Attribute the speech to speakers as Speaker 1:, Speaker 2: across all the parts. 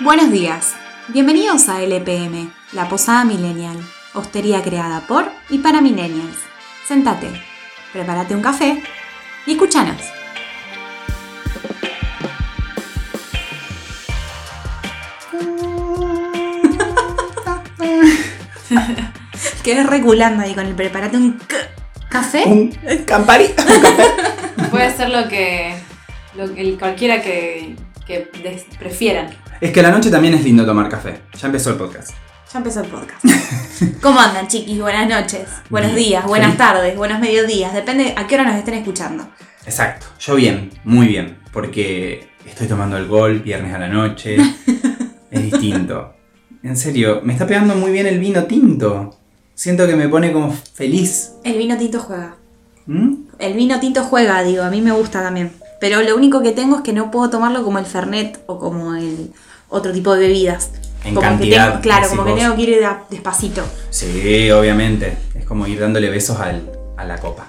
Speaker 1: Buenos días. Bienvenidos a LPM, la Posada Millennial, hostería creada por y para millennials. Sentate, prepárate un café y escúchanos. Quedé reculando ahí con el prepárate un c- café.
Speaker 2: Un campari. Un café.
Speaker 3: Puede ser lo que, lo que- el- cualquiera que, que des- prefieran.
Speaker 2: Es que a la noche también es lindo tomar café. Ya empezó el podcast.
Speaker 1: Ya empezó el podcast. ¿Cómo andan, chiquis? Buenas noches, buenos
Speaker 2: Bien.
Speaker 1: días, buenas
Speaker 2: Feliz-
Speaker 1: tardes, buenos mediodías. Depende a qué hora nos estén escuchando.
Speaker 2: Exacto. Yo bien, muy bien. Porque estoy tomando alcohol viernes a la noche. es distinto. En serio, me está pegando muy bien el vino tinto. Siento que me pone como feliz.
Speaker 1: El vino tinto juega.
Speaker 2: ¿Mm?
Speaker 1: El vino tinto juega, digo, a mí me gusta también. Pero lo único que tengo es que no puedo tomarlo como el Fernet o como el otro tipo de bebidas.
Speaker 2: En
Speaker 1: como
Speaker 2: cantidad,
Speaker 1: Que tengo, claro,
Speaker 2: decís
Speaker 1: como que
Speaker 2: vos.
Speaker 1: tengo que ir de a- despacito.
Speaker 2: Sí, obviamente. Es como ir dándole besos al, a la copa.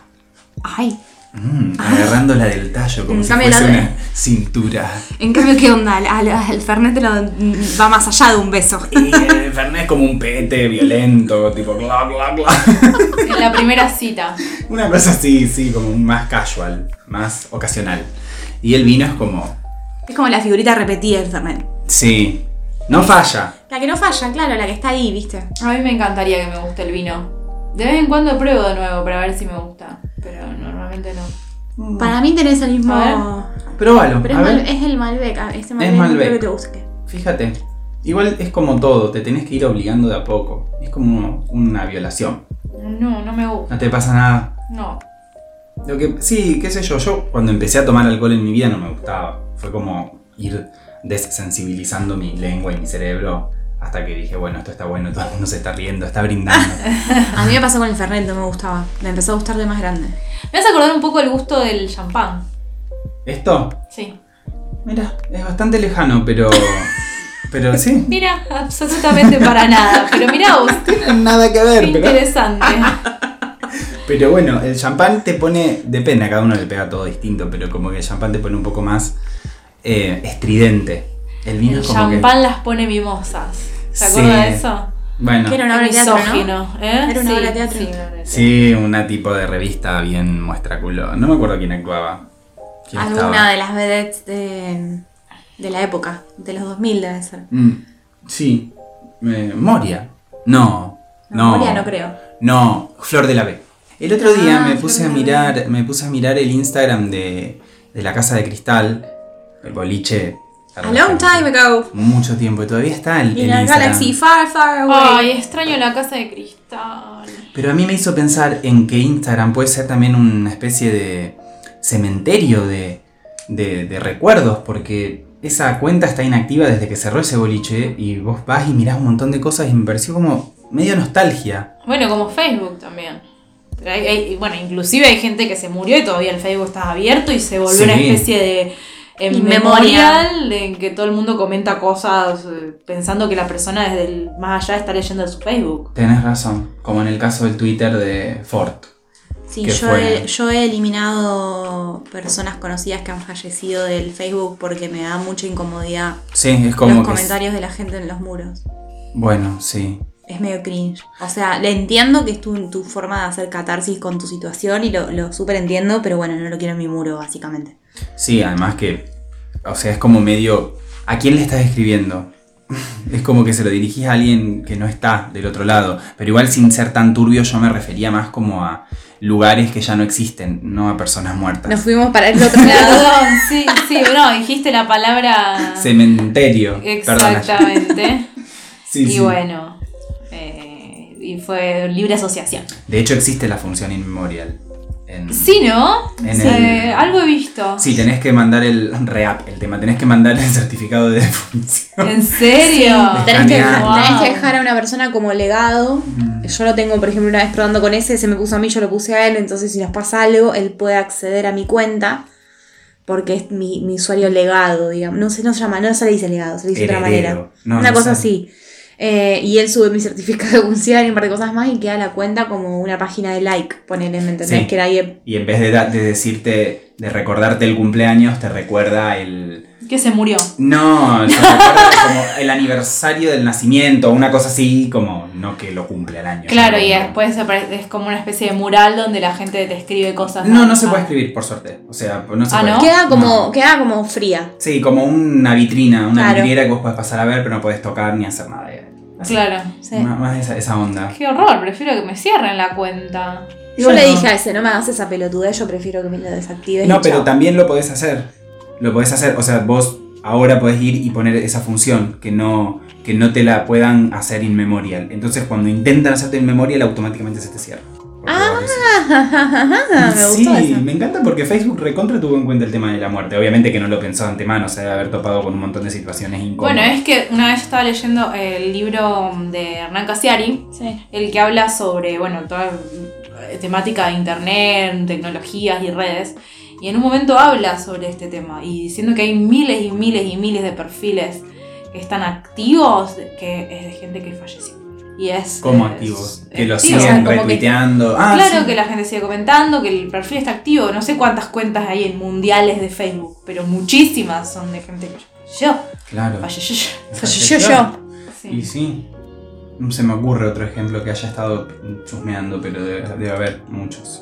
Speaker 1: Ay,
Speaker 2: Mm, agarrándola del tallo como
Speaker 1: En
Speaker 2: si
Speaker 1: cambio,
Speaker 2: fuese
Speaker 1: la-
Speaker 2: una cintura.
Speaker 1: en cambio, ¿qué onda? Al, al- al Fernet te lo- va más allá de un beso.
Speaker 2: Y el Fernet es como un pete violento, tipo bla bla bla.
Speaker 3: En la primera cita.
Speaker 2: Una cosa así, sí, como más casual, más ocasional. Y el vino es como,
Speaker 1: Es como la figurita repetida del Fernet.
Speaker 2: sí, no falla.
Speaker 1: La que no falla, claro, la que está ahí, ¿viste?
Speaker 3: A mí me encantaría que me guste el vino. De vez en cuando pruebo de nuevo para ver si me gusta. Pero normalmente no.
Speaker 1: Para mí tenés el mismo.
Speaker 3: A
Speaker 2: Próbalo,
Speaker 1: Pero
Speaker 2: a
Speaker 1: es, eh. mal-
Speaker 2: ver,
Speaker 1: es el Malbec, a- este Malbec,
Speaker 2: Es Malbec.
Speaker 1: creo que te guste.
Speaker 2: fíjate. Igual es como todo, te tenés que ir obligando de a poco. Es como una violación.
Speaker 3: No, no me gusta.
Speaker 2: No te pasa nada.
Speaker 3: No.
Speaker 2: Lo que, sí, qué sé yo, yo cuando empecé a tomar alcohol en mi vida no me gustaba. Fue como ir desensibilizando mi lengua y mi cerebro hasta que dije, bueno, esto está bueno, todo el mundo se está riendo, está brindando.
Speaker 1: A mí me pasó con el Fernet, no me gustaba. Me empezó a gustar de más grande.
Speaker 3: Me hace acordar un poco el gusto del champán.
Speaker 2: Esto
Speaker 3: Sí.
Speaker 2: Mira, es bastante lejano, pero. Pero sí.
Speaker 3: Mira, absolutamente para nada. Pero mira vos, qué
Speaker 2: Tienen nada que ver,
Speaker 3: interesante.
Speaker 2: Pero bueno, el champán te pone. Depende, a cada uno le pega todo distinto, pero como que el champán te pone un poco más eh, estridente. El vino
Speaker 3: El
Speaker 2: es como
Speaker 3: champán las pone mimosas. ¿Se
Speaker 2: Sí.
Speaker 3: acuerda de eso?
Speaker 2: que. Bueno.
Speaker 1: Que era una obra de teatro, ¿no?
Speaker 3: Misógino, ¿eh?
Speaker 1: Era una
Speaker 3: Sí,
Speaker 1: obra de teatro.
Speaker 3: sí, una obra de teatro.
Speaker 2: Sí, una tipo de revista bien muestraculo. No me acuerdo quién actuaba. ¿Quién
Speaker 1: Alguna
Speaker 2: estaba?
Speaker 1: de las vedettes de, de la época, de los 2000 debe ser.
Speaker 2: Mm, sí. Eh, Moria. No. No.
Speaker 1: Moria no creo.
Speaker 2: No, Flor de la B. El otro día
Speaker 1: Ah,
Speaker 2: me
Speaker 1: Flor
Speaker 2: puse
Speaker 1: de
Speaker 2: a
Speaker 1: la B.
Speaker 2: mirar, me puse a mirar el Instagram de, de la Casa de Cristal, el boliche.
Speaker 1: A long time ago.
Speaker 2: Mucho tiempo y todavía está el, el
Speaker 1: In a
Speaker 2: Instagram.
Speaker 1: galaxy far, far
Speaker 3: Ay,
Speaker 1: away.
Speaker 3: extraño la casa de cristal.
Speaker 2: Pero a mí me hizo pensar en que Instagram puede ser también una especie de cementerio de, de- de recuerdos, porque esa cuenta está inactiva desde que cerró ese boliche y vos vas y mirás un montón de cosas y me pareció como medio nostalgia.
Speaker 3: Bueno, como Facebook también. Pero hay- hay- bueno, inclusive hay gente que se murió y todavía el Facebook está abierto y se volvió
Speaker 2: Sí.
Speaker 3: una especie de eh,
Speaker 1: Y
Speaker 3: memorial en que todo el mundo comenta cosas eh, pensando que la persona desde el más allá está leyendo su Facebook.
Speaker 2: Tenés razón, como en el caso del Twitter de Ford.
Speaker 1: Sí,
Speaker 2: ¿Qué
Speaker 1: yo
Speaker 2: fue?
Speaker 1: he, yo he eliminado personas conocidas que han fallecido del Facebook porque me da mucha incomodidad
Speaker 2: Sí, es como
Speaker 1: los
Speaker 2: que.
Speaker 1: comentarios de la gente en los muros.
Speaker 2: Bueno, sí.
Speaker 1: Es medio cringe. O sea, le entiendo que es tu, tu forma de hacer catarsis con tu situación y lo, lo súper entiendo, pero bueno, no lo quiero en mi muro, básicamente.
Speaker 2: Sí, además que. O sea, es como medio. ¿A quién le estás escribiendo? Es como que se lo dirigís a alguien que no está del otro lado. Pero igual sin ser tan turbio, yo me refería más como a lugares que ya no existen, no a personas muertas.
Speaker 1: Nos fuimos para el otro lado.
Speaker 3: Perdón, sí, sí, no, dijiste la palabra
Speaker 2: Cementerio. Perdona.
Speaker 3: exactamente.
Speaker 2: Sí,
Speaker 3: y
Speaker 2: sí.
Speaker 3: bueno, eh, y fue libre asociación.
Speaker 2: De hecho, existe la función in memorial. En...
Speaker 3: Sí, ¿no?
Speaker 2: En
Speaker 3: Sí, Eh,
Speaker 2: el-
Speaker 3: Algo he visto.
Speaker 2: Sí, tenés que mandar el REAP, el tema. Tenés que mandar el certificado de defunción.
Speaker 3: ¿En serio?
Speaker 1: Tenés que,
Speaker 2: Genial.
Speaker 1: tenés que
Speaker 3: Wow.
Speaker 1: dejar a una persona como legado. Yo lo tengo, por ejemplo, una vez probando con ese, se me puso a mí, yo lo puse a él, entonces si nos pasa algo, él puede acceder a mi cuenta porque es mi, mi usuario legado, digamos. No sé, no se llama, no se le dice legado, se le dice de otra
Speaker 2: Heredero.
Speaker 1: manera.
Speaker 2: No,
Speaker 1: una
Speaker 2: no
Speaker 1: cosa
Speaker 2: sé.
Speaker 1: así. Eh, y él sube mi certificado de función y un par de cosas más y queda la cuenta como una página de like, ponele, ¿me entendés?
Speaker 2: Sí.
Speaker 1: Que era ahí
Speaker 2: Y en vez de, da- de decirte, de recordarte el cumpleaños, te recuerda el,
Speaker 3: Que se murió.
Speaker 2: No, yo recuerdo como el aniversario del nacimiento, una cosa así, como no que lo cumple el año.
Speaker 3: Claro,
Speaker 2: sino
Speaker 3: y
Speaker 2: como-
Speaker 3: después apare- es como una especie de mural donde la gente te escribe cosas.
Speaker 2: No, no se
Speaker 3: Ah.
Speaker 2: puede escribir, por suerte. O sea, no se
Speaker 3: Ah,
Speaker 2: puede.
Speaker 3: ¿no?
Speaker 1: Queda como,
Speaker 2: No.
Speaker 1: queda como fría.
Speaker 2: Sí, como una vitrina, una
Speaker 1: Claro.
Speaker 2: vidriera que vos podés pasar a ver, pero no podés tocar ni hacer nada. de- así.
Speaker 3: Claro.
Speaker 1: sí.
Speaker 2: Má- Más esa, esa onda.
Speaker 3: Qué horror, prefiero que me cierren la cuenta.
Speaker 1: Yo
Speaker 2: Bueno.
Speaker 1: le dije a ese, no me hagas esa pelotudez, yo prefiero que me lo desactives.
Speaker 2: No,
Speaker 1: y
Speaker 2: pero
Speaker 1: chao".
Speaker 2: también lo podés hacer. Lo podés hacer. O sea, vos ahora podés ir y poner esa función que no, que no te la puedan hacer in memorial. Entonces, cuando intentan hacerte in memorial, automáticamente se te cierra. Porque
Speaker 1: Ah,
Speaker 2: vos decís-
Speaker 3: Ah,
Speaker 1: me
Speaker 2: sí,
Speaker 1: gustó eso.
Speaker 2: me encanta porque Facebook recontra tuvo en cuenta el tema de la muerte. Obviamente que no lo pensó de antemano, o sea, de haber topado con un montón de situaciones incómodas.
Speaker 3: Bueno, es que una vez estaba leyendo el libro de Hernán Casiari,
Speaker 1: Sí.
Speaker 3: el que habla sobre, bueno, toda eh, temática de internet, tecnologías y redes. Y en un momento habla sobre este tema y diciendo que hay miles y miles y miles de perfiles que están activos, que es de gente que falleció. Y es.
Speaker 2: Como
Speaker 3: es-
Speaker 2: activos. Que lo
Speaker 3: es- sí, o sea,
Speaker 2: siguen
Speaker 3: como que-
Speaker 2: retuiteando. Ah,
Speaker 3: claro
Speaker 2: sí.
Speaker 3: que la gente sigue comentando, que el perfil está activo. No sé cuántas cuentas hay en mundiales de Facebook, pero muchísimas son de gente que falleció.
Speaker 2: Claro.
Speaker 3: Falleció.
Speaker 1: Falleció yo.
Speaker 3: Sí.
Speaker 2: Y sí. No se me ocurre otro ejemplo que haya estado chusmeando, pero debe, debe haber muchos.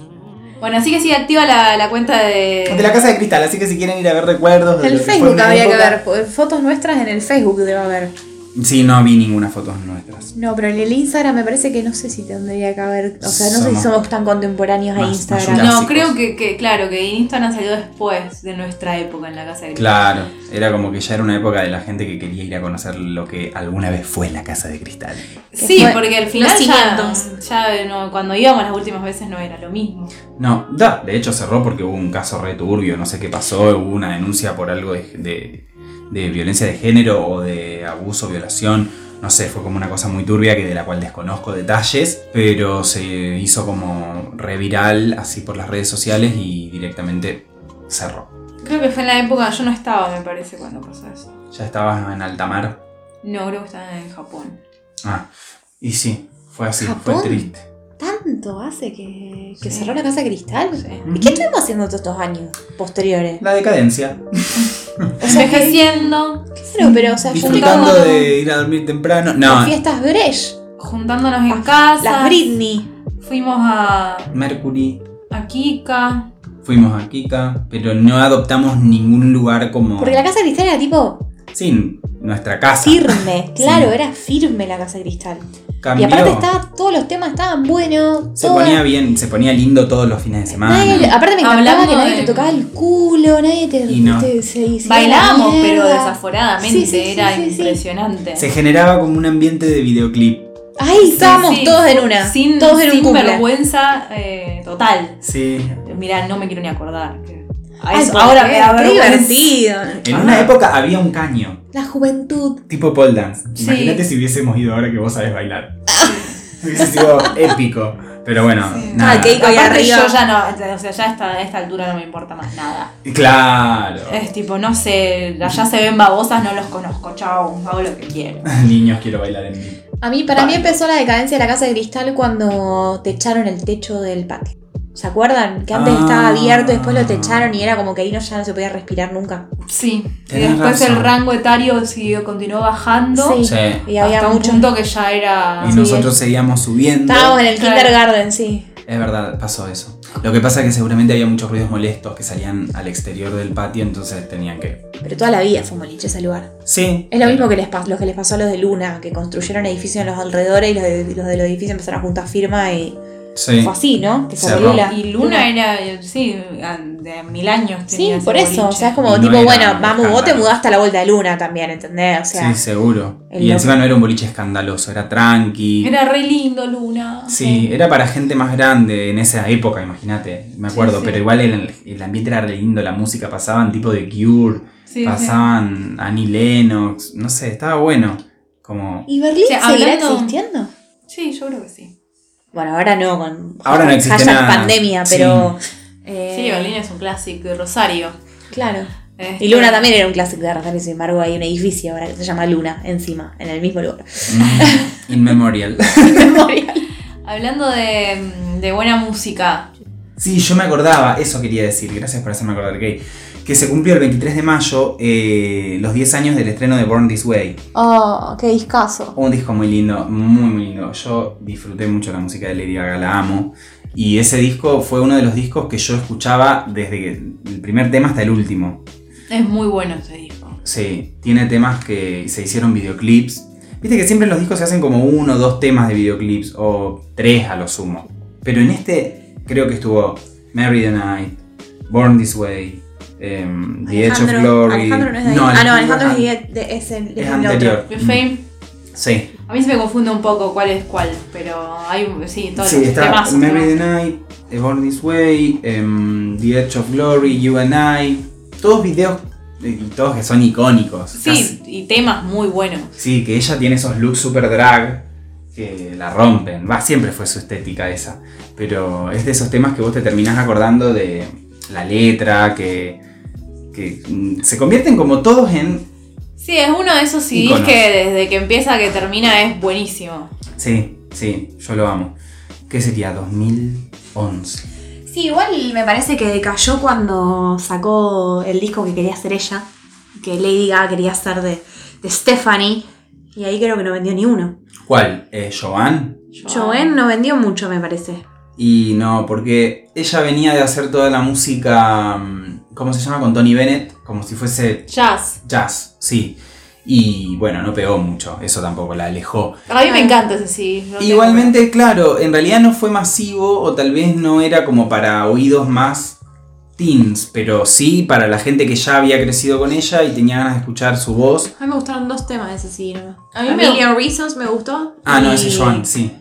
Speaker 3: Bueno, así que sí, activa la, la cuenta de.
Speaker 2: De la casa de cristal, así que si quieren ir a ver recuerdos. de
Speaker 1: El
Speaker 2: lo que fue
Speaker 1: Facebook
Speaker 2: una
Speaker 1: habría que
Speaker 2: época-
Speaker 1: ver. fo- Fotos nuestras en el Facebook debe haber.
Speaker 2: Sí, no vi ninguna foto nuestras.
Speaker 1: No, pero en el Instagram me parece que no sé si tendría que haber. O sea, no sé si
Speaker 2: Somos-
Speaker 1: somos tan contemporáneos a
Speaker 2: Más-
Speaker 1: Instagram.
Speaker 2: más
Speaker 3: No,
Speaker 2: clásicos.
Speaker 3: creo que, que- claro, que Instagram salió después de nuestra época en la casa de cristal.
Speaker 2: Claro, era como que ya era una época de la gente que quería ir a conocer lo que alguna vez fue la casa de cristal.
Speaker 3: Sí,
Speaker 1: Fue-
Speaker 3: porque al
Speaker 1: los
Speaker 3: final ya,
Speaker 1: cimientos.
Speaker 3: ya no- cuando íbamos las últimas veces no era lo mismo.
Speaker 2: No, da, de hecho cerró porque hubo un caso re turbio, no sé qué pasó, hubo una denuncia por algo de, de- de violencia de género o de abuso, violación, no sé, fue como una cosa muy turbia que de la cual desconozco detalles, pero se hizo como reviral así por las redes sociales y directamente cerró.
Speaker 3: Creo que fue en la época, yo no estaba, me parece, cuando pasó eso.
Speaker 2: Ya estabas en alta mar.
Speaker 3: No, creo que estaba en Japón.
Speaker 2: Ah, y sí, fue así,
Speaker 1: ¿Japón?
Speaker 2: fue triste.
Speaker 1: ¿Tanto hace que, que
Speaker 3: Sí.
Speaker 1: cerró la casa de cristal?
Speaker 3: Sí.
Speaker 1: ¿Y qué estuvimos haciendo todos estos años posteriores?
Speaker 2: La decadencia.
Speaker 1: O sea, que-
Speaker 3: Envejeciendo,
Speaker 1: claro, pero o sea,
Speaker 2: Disfrutando
Speaker 1: juntamos
Speaker 2: de ir a dormir temprano.
Speaker 1: las
Speaker 2: No,
Speaker 1: fiestas Bresh,
Speaker 3: juntándonos en casa.
Speaker 1: las Britney.
Speaker 3: Fuimos a,
Speaker 2: Mercury.
Speaker 3: a Kika.
Speaker 2: Fuimos a Kika, pero no adoptamos ningún lugar como.
Speaker 1: Porque la casa de cristal era tipo
Speaker 2: Sí, nuestra casa.
Speaker 1: firme. Claro,
Speaker 2: Sí.
Speaker 1: era firme la casa de cristal.
Speaker 2: Cambió.
Speaker 1: Y aparte estaba, todos los temas estaban buenos.
Speaker 2: se
Speaker 1: todas-
Speaker 2: ponía bien, se ponía lindo todos los fines de semana.
Speaker 1: nadie le- aparte me encantaba
Speaker 3: Hablando
Speaker 1: que nadie
Speaker 3: de-
Speaker 1: te tocaba el culo, nadie te,
Speaker 2: Y no.
Speaker 1: te- se hiciera
Speaker 3: Bailábamos,
Speaker 1: mierda.
Speaker 3: pero desaforadamente.
Speaker 1: Sí, sí, sí,
Speaker 3: era
Speaker 1: sí, sí.
Speaker 3: impresionante.
Speaker 2: Se generaba como un ambiente de videoclip.
Speaker 1: Ay,
Speaker 3: Sí,
Speaker 1: estábamos
Speaker 3: sí,
Speaker 1: todos en una.
Speaker 3: Sin,
Speaker 1: todos en un
Speaker 3: sin
Speaker 1: cumple.
Speaker 3: vergüenza eh, total.
Speaker 2: Sí.
Speaker 3: Mirá, no me quiero ni acordar. que- a
Speaker 1: Ay,
Speaker 3: eso
Speaker 1: ¿por
Speaker 3: ahora
Speaker 1: qué?
Speaker 3: me da
Speaker 1: Qué
Speaker 3: vergüenza.
Speaker 1: divertido.
Speaker 2: En una época había un caño,
Speaker 1: La juventud.
Speaker 2: tipo pole dance.
Speaker 3: Sí.
Speaker 2: Imagínate si hubiésemos ido ahora que vos sabés bailar. Hubiese sido épico. Pero bueno,
Speaker 3: Sí.
Speaker 2: nada.
Speaker 1: Ah, que- Ahí
Speaker 3: Aparte
Speaker 1: arriba.
Speaker 3: yo ya no, o sea, ya hasta- a esta altura no me importa más nada.
Speaker 2: Claro.
Speaker 1: Eh.
Speaker 3: Es tipo, no sé, allá se ven babosas, no los conozco, chao, hago lo que quiero.
Speaker 2: Niños, quiero bailar en mí.
Speaker 1: A mí, para mí empezó la decadencia de la casa de cristal cuando techaron el techo del patio. ¿Se acuerdan? Que antes
Speaker 2: Ah.
Speaker 1: estaba abierto, después lo techaron y era como que ahí no, ya no se podía respirar nunca.
Speaker 3: Sí, y
Speaker 2: Tenés
Speaker 3: después
Speaker 2: razón.
Speaker 3: el rango etario siguió, continuó bajando.
Speaker 1: Sí. Y había
Speaker 3: hasta un
Speaker 1: mucho.
Speaker 3: punto que ya era...
Speaker 2: Y nosotros seguíamos subiendo.
Speaker 1: Estábamos en el
Speaker 3: Claro.
Speaker 1: kindergarten, sí.
Speaker 2: Es verdad, pasó eso. Lo que pasa es que seguramente había muchos ruidos molestos que salían al exterior del patio, entonces tenían que.
Speaker 1: Pero toda la vida fue un boliche ese lugar.
Speaker 2: Sí.
Speaker 1: Es lo mismo que les, pas- lo que les pasó a los de Luna, que construyeron edificios en los alrededores y los de los, de los edificios empezaron a juntar firma y
Speaker 2: Sí.
Speaker 1: fue así, ¿no? Que se
Speaker 2: Cerró.
Speaker 1: arregló la-
Speaker 3: Y Luna era, sí, de mil años.
Speaker 1: Sí,
Speaker 3: tenía ese
Speaker 1: por eso. O sea, es
Speaker 3: boliche.
Speaker 1: como
Speaker 2: Y no
Speaker 1: tipo,
Speaker 2: era
Speaker 1: bueno,
Speaker 2: un
Speaker 1: vamos, vos te
Speaker 2: escándalo.
Speaker 1: mudaste a la vuelta de Luna también, ¿entendés? O sea,
Speaker 2: sí, seguro.
Speaker 1: el
Speaker 2: Y
Speaker 1: loco.
Speaker 2: encima no era un boliche escandaloso, era tranqui.
Speaker 3: Era re lindo Luna.
Speaker 2: Sí, era para gente más grande en esa época, imagínate. Me acuerdo,
Speaker 3: Sí, sí.
Speaker 2: pero igual el, el ambiente era re lindo, la música pasaban tipo de Cure,
Speaker 3: Sí, sí.
Speaker 2: pasaban Annie Lennox, no sé, estaba bueno. Como.
Speaker 1: ¿Y Berlín
Speaker 3: O sea,
Speaker 1: seguirá
Speaker 3: hablando-
Speaker 1: existiendo?
Speaker 3: Sí, yo creo que sí.
Speaker 1: Bueno, ahora no, con
Speaker 2: Ahora no existe
Speaker 1: hashtag
Speaker 2: nada.
Speaker 1: pandemia,
Speaker 2: Sí.
Speaker 1: pero. eh,
Speaker 3: Sí, Berlín es un clásico de Rosario.
Speaker 1: Claro.
Speaker 3: Este,
Speaker 1: Y Luna también era un clásico de Rosario, sin embargo, hay un edificio ahora que se llama Luna encima, en el mismo lugar.
Speaker 2: mm, in memorial.
Speaker 3: Hablando de, de buena música.
Speaker 2: Sí, yo me acordaba, eso quería decir, gracias por hacerme acordar, que que se cumplió el 23 de mayo eh, los 10 años del estreno de Born This Way.
Speaker 1: Oh, qué discazo.
Speaker 2: Un disco muy lindo, muy, muy lindo. Yo disfruté mucho la música de Lady Gaga, la amo. Y ese disco fue uno de los discos que yo escuchaba desde que- el primer tema hasta el último.
Speaker 3: Es muy bueno ese disco.
Speaker 2: Sí, tiene temas que se hicieron videoclips. Viste que siempre en los discos se hacen como uno o dos temas de videoclips, o tres a lo sumo. Pero en este creo que estuvo Marry the Night, Born This Way, em, The Edge of Glory.
Speaker 1: Alejandro no es de ahí. ah, no, Alejandro es, de- de- es el,
Speaker 2: es
Speaker 1: el otro.
Speaker 2: anterior. Mm,
Speaker 3: The Fame,
Speaker 2: Sí,
Speaker 3: a mí se me confunde un poco cuál es cuál, pero hay un- sí, todos
Speaker 2: sí
Speaker 3: los
Speaker 2: está
Speaker 3: temas.
Speaker 2: Marry the
Speaker 3: temas.
Speaker 2: Night, eh, Born This Way, em, The Edge of Glory, You and I. Todos videos, eh, y todos que son icónicos. casi-
Speaker 3: Sí, y temas muy buenos.
Speaker 2: Sí, que ella tiene esos looks super drag que la rompen. Va, siempre fue su estética esa. Pero es de esos temas que vos te terminás acordando de la letra, que, que mm, se convierten como todos en...
Speaker 3: Sí, es uno de esos CDs
Speaker 2: Iconos.
Speaker 3: que desde que empieza a que termina es buenísimo.
Speaker 2: Sí, sí, yo lo amo. ¿Qué sería? 2011.
Speaker 1: Sí, igual me parece que decayó cuando sacó el disco que quería hacer ella, que Lady Gaga quería hacer de, de Stephanie, y ahí creo que no vendió ni uno.
Speaker 2: ¿Cuál? Eh, ¿Joan?
Speaker 1: Ah. Joen no vendió mucho, me parece.
Speaker 2: Y no, porque ella venía de hacer toda la música, mm, ¿cómo se llama? Con Tony Bennett, como si fuese
Speaker 3: Jazz.
Speaker 2: Jazz, sí. Y bueno, no pegó mucho, eso tampoco la alejó.
Speaker 3: A mí me
Speaker 1: Ah.
Speaker 3: encanta ese CD. no tengo-
Speaker 2: Igualmente, claro, en realidad no fue masivo o tal vez no era como para oídos más teens, pero sí para la gente que ya había crecido con ella y tenía ganas de escuchar su voz.
Speaker 1: A mí me gustaron dos temas de ese sí, ¿no?
Speaker 3: A mí
Speaker 1: A
Speaker 3: me-
Speaker 1: Million Reasons me gustó.
Speaker 2: Ah, no,
Speaker 1: y
Speaker 2: ese es Joan, sí.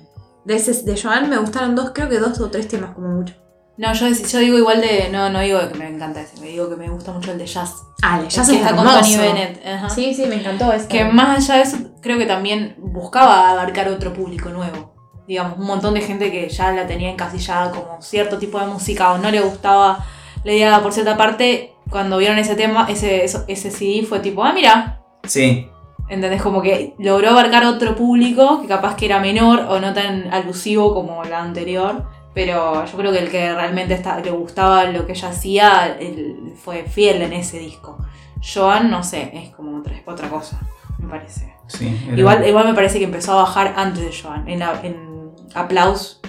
Speaker 1: De, ese, de Joan me gustaron dos, creo que dos o tres temas como mucho.
Speaker 3: No, yo, dec- yo digo igual de. No, no digo que me encanta ese, me digo que me gusta mucho el de Jazz.
Speaker 1: Ah, el de Jazz
Speaker 3: El
Speaker 1: es
Speaker 3: que está con
Speaker 1: hermoso.
Speaker 3: Tony Bennett. ajá.
Speaker 1: Sí, sí, me encantó ese.
Speaker 3: Que más allá de eso, creo que también buscaba abarcar otro público nuevo. Digamos, un montón de gente que ya la tenía encasillada como cierto tipo de música o no le gustaba le Gaga por cierta parte. Cuando vieron ese tema, ese, eso- ese CD fue tipo, ah, mira,
Speaker 2: Sí,
Speaker 3: ¿Entendés? Como que logró abarcar otro público que capaz que era menor o no tan alusivo como la anterior. Pero yo creo que el que realmente está- le gustaba lo que ella hacía él fue fiel en ese disco. Joan, no sé, es como otra, otra cosa, me parece.
Speaker 2: sí. era-
Speaker 3: Igual, igual me parece que empezó a bajar antes de Joan. En, la- en Aplaus.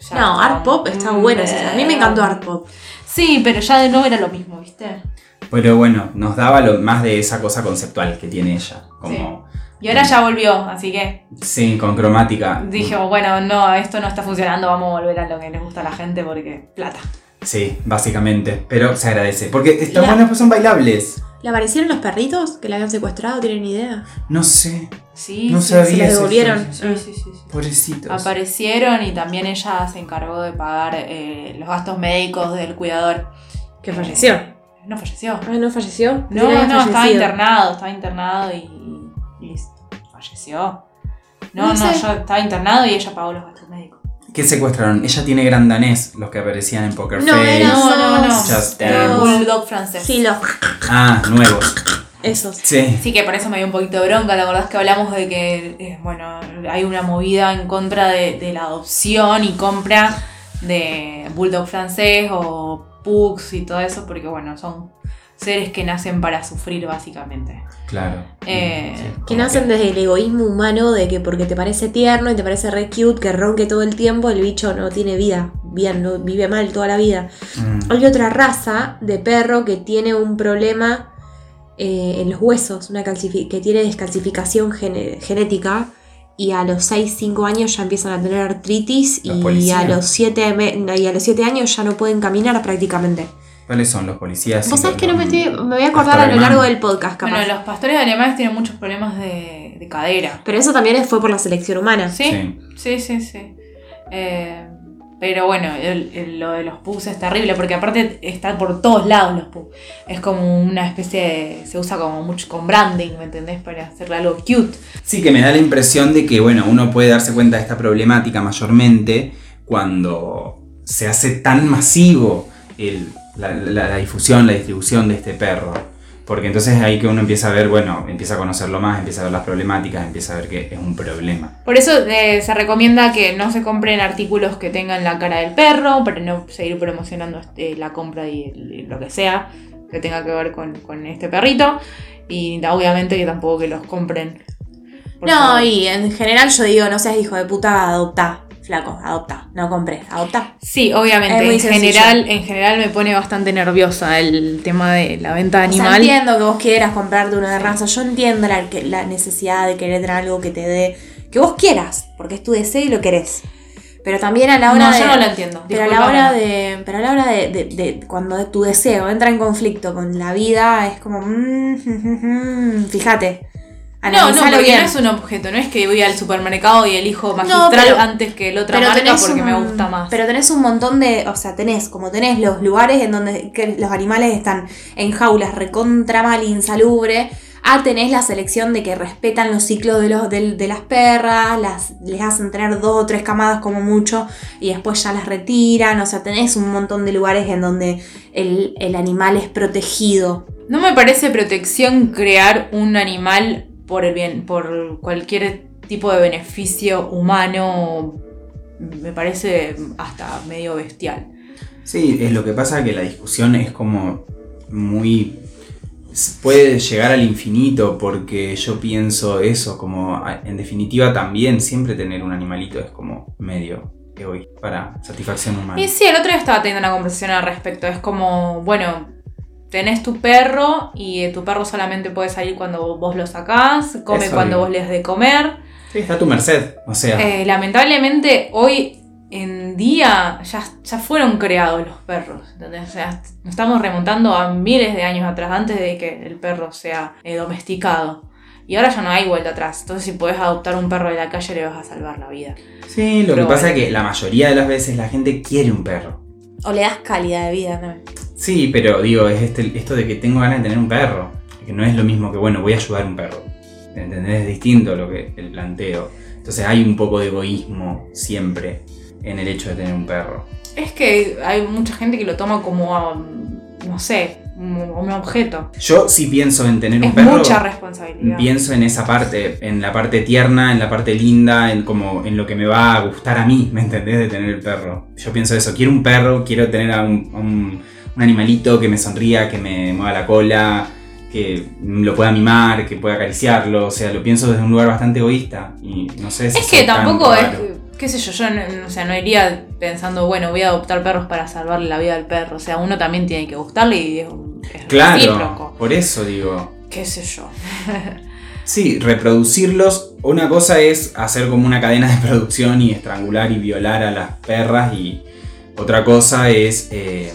Speaker 3: ya
Speaker 1: No,
Speaker 3: estaba-
Speaker 1: Art Pop está
Speaker 3: Mm,
Speaker 1: bueno. ese. A mí me encantó Art Pop.
Speaker 3: Sí, pero ya de nuevo era lo mismo, ¿viste?
Speaker 2: Pero bueno, nos daba lo, más de esa cosa conceptual que tiene ella. Como,
Speaker 3: Y
Speaker 2: Mm.
Speaker 3: ahora ya volvió, así que
Speaker 2: sí, con cromática.
Speaker 3: Dije, bueno, no, esto no está funcionando, vamos a volver a lo que les gusta a la gente porque plata.
Speaker 2: Sí, básicamente. Pero se agradece. Porque estas
Speaker 1: La-
Speaker 2: buenas pues son bailables.
Speaker 1: ¿Le aparecieron los perritos que la habían secuestrado? ¿Tienen idea?
Speaker 2: No sé.
Speaker 3: Sí,
Speaker 2: No
Speaker 3: sí,
Speaker 2: sabía.
Speaker 1: Se la
Speaker 2: ese
Speaker 1: devolvieron.
Speaker 2: fue-
Speaker 3: Sí, sí, sí, sí.
Speaker 2: Pobrecitos.
Speaker 3: Aparecieron y también ella se encargó de pagar eh, los gastos médicos del cuidador.
Speaker 1: Que falleció.
Speaker 3: No falleció.
Speaker 1: Ah, no falleció.
Speaker 3: No, no, estaba internado, estaba internado y, y listo. Falleció. No,
Speaker 1: No
Speaker 3: no,
Speaker 1: sé.
Speaker 3: yo estaba internado y ella pagó los gastos médicos.
Speaker 2: ¿Qué secuestraron? Ella tiene gran danés, los que aparecían en Poker
Speaker 1: No,
Speaker 2: Face.
Speaker 1: eran-
Speaker 3: No, no, no.
Speaker 2: Just
Speaker 3: Era
Speaker 2: Dance.
Speaker 3: un bulldog francés.
Speaker 1: Sí, los.
Speaker 2: Ah, nuevos.
Speaker 1: Esos.
Speaker 2: Sí.
Speaker 3: Sí, que por eso me dio un poquito de bronca. La verdad es que hablamos de que, eh, bueno, hay una movida en contra de, de la adopción y compra de bulldog francés o pugs y todo eso, porque, bueno, son seres que nacen para sufrir, básicamente.
Speaker 2: Claro.
Speaker 3: Eh,
Speaker 2: Sí,
Speaker 1: Que
Speaker 2: como
Speaker 1: nacen desde el egoísmo humano de que porque te parece tierno y te parece re cute, que ronque todo el tiempo, el bicho no tiene vida. Bien, no, vive mal toda la vida.
Speaker 2: Mm.
Speaker 1: Hay otra raza de perro que tiene un problema eh, en los huesos, una calcifi- que tiene descalcificación gene- genética. Y a los 6, 5 años ya empiezan a tener artritis
Speaker 2: Los
Speaker 1: y
Speaker 2: policías.
Speaker 1: a, los 7 y a los 7 años ya no pueden caminar prácticamente.
Speaker 2: ¿Cuáles son los policías?
Speaker 1: Vos
Speaker 2: y
Speaker 1: sabés
Speaker 2: los-
Speaker 1: que no me, estoy- me voy a
Speaker 2: Pastor
Speaker 1: acordar a lo
Speaker 2: alemán?
Speaker 1: largo del podcast, capaz.
Speaker 3: Bueno, los pastores alemanes tienen muchos problemas de, de cadera.
Speaker 1: Pero eso también fue por la selección humana.
Speaker 3: ¿Sí?
Speaker 2: Sí.
Speaker 3: Sí, sí, sí. Eh, pero bueno, el- el- lo de los pugs es terrible, porque aparte está por todos lados los pugs. Es como una especie de. se usa como mucho con branding, ¿me entendés? Para hacerle algo cute.
Speaker 2: Sí, que me da la impresión de que, bueno, uno puede darse cuenta de esta problemática mayormente cuando se hace tan masivo el- la, la- la difusión, la distribución de este perro. Porque entonces ahí que uno empieza a ver, bueno, empieza a conocerlo más, empieza a ver las problemáticas, empieza a ver que es un problema.
Speaker 3: Por eso eh, se recomienda que no se compren artículos que tengan la cara del perro, para no seguir promocionando este, la compra y el- y lo que sea. que tenga que ver con, con este perrito. Y obviamente que tampoco que los compren. Por
Speaker 1: no,
Speaker 3: favor.
Speaker 1: y en general yo digo, no seas hijo de puta, adopta, flaco, adopta, no compres, adopta.
Speaker 3: Sí,
Speaker 1: Es
Speaker 3: obviamente.
Speaker 1: muy
Speaker 3: En
Speaker 1: sencillo.
Speaker 3: general, en general me pone bastante nerviosa el tema de la venta de
Speaker 1: O sea,
Speaker 3: animal.
Speaker 1: entiendo que vos quieras comprarte uno de raza, yo entiendo la, que- la necesidad de querer tener algo que te dé, que vos quieras, porque es tu deseo y lo querés. Pero también a la hora
Speaker 3: no,
Speaker 1: de...
Speaker 3: yo no la entiendo.
Speaker 1: Pero a la
Speaker 3: discúlpame.
Speaker 1: hora de. Pero a la hora de, de- de- cuando tu deseo entra en conflicto con la vida, es como. mm, mm, mm, fíjate.
Speaker 3: No, no,
Speaker 1: Analizalo
Speaker 3: porque
Speaker 1: bien.
Speaker 3: no es un objeto, no es que voy al supermercado y elijo magistral
Speaker 1: pero-
Speaker 3: antes que el otra marca porque me
Speaker 1: un-
Speaker 3: gusta más.
Speaker 1: Pero tenés un montón de. O sea, tenés, como tenés los lugares en donde que los animales están en jaulas recontra mal, insalubre. A tenés la selección de que respetan los ciclos de, los, del- de, las perras, las, les hacen tener dos o tres camadas como mucho y después ya las retiran. O sea, tenés un montón de lugares en donde el, el animal es protegido.
Speaker 3: No me parece protección crear un animal por el bien, por cualquier tipo de beneficio humano. Me parece hasta medio bestial.
Speaker 2: Sí, es lo que pasa que la discusión es como muy... puede llegar al infinito porque yo pienso eso, como a- en definitiva también siempre tener un animalito es como medio egoísta para satisfacción humana.
Speaker 3: Y sí, el otro día estaba teniendo una conversación al respecto. Es como, bueno, tenés tu perro y eh, tu perro solamente puede salir cuando vos lo sacás, come
Speaker 2: Eso
Speaker 3: cuando
Speaker 2: digo.
Speaker 3: vos le des de comer.
Speaker 2: Sí, Está a tu merced, o sea...
Speaker 3: Eh, lamentablemente hoy en día ya, ya fueron creados los perros. ¿entendés? O sea, nos estamos remontando a miles de años atrás antes de que el perro sea eh, domesticado. Y ahora ya no hay vuelta atrás. Entonces si podés adoptar un perro de la calle le vas a salvar la vida.
Speaker 2: Sí, lo
Speaker 3: Pero
Speaker 2: que pasa
Speaker 3: bueno.
Speaker 2: es que la mayoría de las veces la gente quiere un perro.
Speaker 1: O le das calidad de vida también.
Speaker 2: Sí, pero digo, es este, esto de que tengo ganas de tener un perro. Que no es lo mismo que, bueno, voy a ayudar a un perro. ¿Entendés? Es distinto lo que el planteo. Entonces hay un poco de egoísmo siempre en el hecho de tener un perro.
Speaker 3: Es que hay mucha gente que lo toma como, ah, no sé, como un objeto.
Speaker 2: Yo sí pienso en tener
Speaker 3: Es
Speaker 2: un perro.
Speaker 3: mucha responsabilidad.
Speaker 2: Pienso en esa parte, en la parte tierna, en la parte linda, en como en lo que me va a gustar a mí, ¿me entendés? De tener el perro. Yo pienso eso, quiero un perro, quiero tener a un, a un- un animalito que me sonría, que me mueva la cola, que lo pueda mimar, que pueda acariciarlo. O sea, lo pienso desde un lugar bastante egoísta. Y no sé si
Speaker 3: Es que
Speaker 2: soy tan
Speaker 3: tampoco es,
Speaker 2: raro.
Speaker 3: qué sé yo, yo no, o sea, no iría pensando, bueno, voy a adoptar perros para salvarle la vida al perro. O sea, uno también tiene que gustarle y es, un- es
Speaker 2: Claro,
Speaker 3: recíproco.
Speaker 2: por eso digo.
Speaker 3: Qué sé yo.
Speaker 2: Sí, reproducirlos. Una cosa es hacer como una cadena de producción y estrangular y violar a las perras. Y otra cosa es, eh,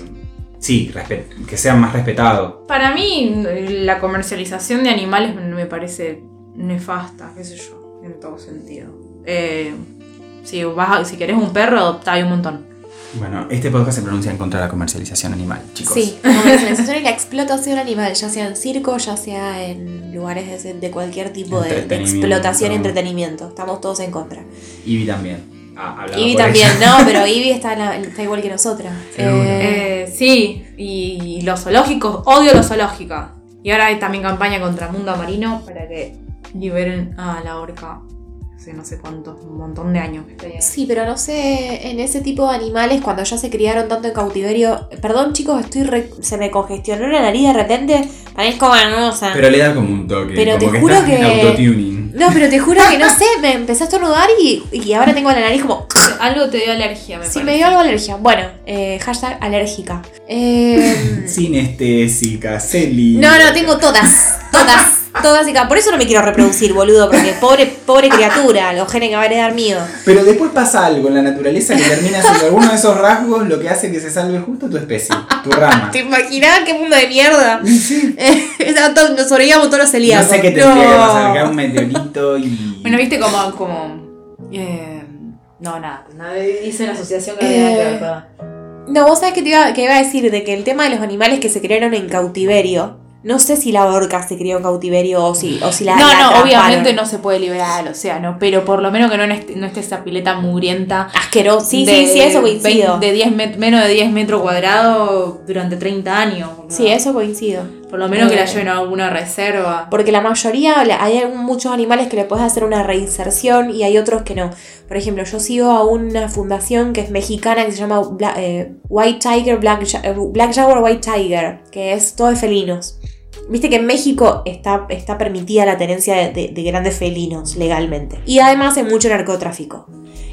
Speaker 2: sí, respe- que sean más respetados.
Speaker 3: Para mí, la comercialización de animales me parece nefasta, qué sé yo, en todo sentido. Eh, si, vas a- si querés un perro, adoptá hay un montón.
Speaker 2: Bueno, este podcast se pronuncia en contra de la comercialización animal, chicos.
Speaker 1: Sí, la comercialización y la explotación animal, ya sea en circo, ya sea en lugares de, ese- de cualquier tipo de- de,
Speaker 2: Entretenimiento.
Speaker 1: explotación y entretenimiento. Estamos todos en contra.
Speaker 2: Ivy también. Ah, hablaba
Speaker 1: Ivy
Speaker 2: por
Speaker 1: también,
Speaker 2: ella.
Speaker 1: no, pero Ivy está, en la- está igual que nosotras.
Speaker 2: Seguro.
Speaker 1: Eh,
Speaker 3: Eh, sí, y, los zoológicos, odio los zoológicos. Y ahora hay también campaña contra Mundo Marino para que liberen a la orca hace no sé cuántos, un montón de años que está ahí.
Speaker 1: sí, pero no sé, en ese tipo de animales, cuando ya se criaron tanto en cautiverio. Perdón, chicos, estoy re- se me congestionó la nariz de repente. Parezco ganosa.
Speaker 2: Pero le da como un toque.
Speaker 1: Pero te
Speaker 2: como que
Speaker 1: juro
Speaker 2: está en
Speaker 1: que-
Speaker 2: autotuning.
Speaker 1: No, pero te juro que no sé, me empecé a estornudar y, y ahora tengo la nariz como.
Speaker 3: Algo te dio alergia, me
Speaker 1: Si
Speaker 3: parece.
Speaker 1: me dio algo alergia. Bueno, eh, hashtag alérgica. Eh,
Speaker 2: Sinestésica, Celi.
Speaker 1: No, no, tengo todas. Todas. Todas y cada. Por eso no me quiero reproducir, boludo. Porque pobre, pobre criatura, los genes que va a heredar mío.
Speaker 2: Pero después pasa algo en la naturaleza que termina siendo alguno de esos rasgos lo que hace que se salve justo tu especie, tu rama.
Speaker 1: ¿Te imaginás qué mundo de mierda?
Speaker 2: Sí.
Speaker 1: Estaban todos- Nos sobrevivíamos todos los
Speaker 2: No
Speaker 1: celíacos.
Speaker 2: sé qué tendría que pasar acá, un meteorito y.
Speaker 3: Bueno, viste como. como eh, no, nada, nada. Hice una asociación que
Speaker 1: Eh,
Speaker 3: había que ver, perdón.
Speaker 1: No, vos sabés que te iba, que iba a decir de que el tema de los animales que se criaron en cautiverio. No sé si la orca se crió en cautiverio o si, o si la.
Speaker 3: No,
Speaker 1: la
Speaker 3: no,
Speaker 1: atraparon.
Speaker 3: obviamente no se puede liberar al océano, pero por lo menos que no, est- no esté esa pileta mugrienta.
Speaker 1: Asqueroso. Sí,
Speaker 3: de
Speaker 1: sí, sí, eso coincido.
Speaker 3: 20 de 10 met- menos de 10 metros cuadrados durante 30 años. ¿no?
Speaker 1: Sí, eso coincido.
Speaker 3: Por lo menos que la
Speaker 1: Eh.
Speaker 3: lleven a alguna reserva.
Speaker 1: Porque la mayoría, la- hay algún- muchos animales que le puedes hacer una reinserción y hay otros que no. Por ejemplo, yo sigo a una fundación que es mexicana que se llama Bla- eh, White Tiger, Black, Ja- eh, Black Jaguar, White Tiger, que es todo de felinos. Viste que en México está, está permitida la tenencia de, de- de grandes felinos legalmente. Y además hay mucho narcotráfico.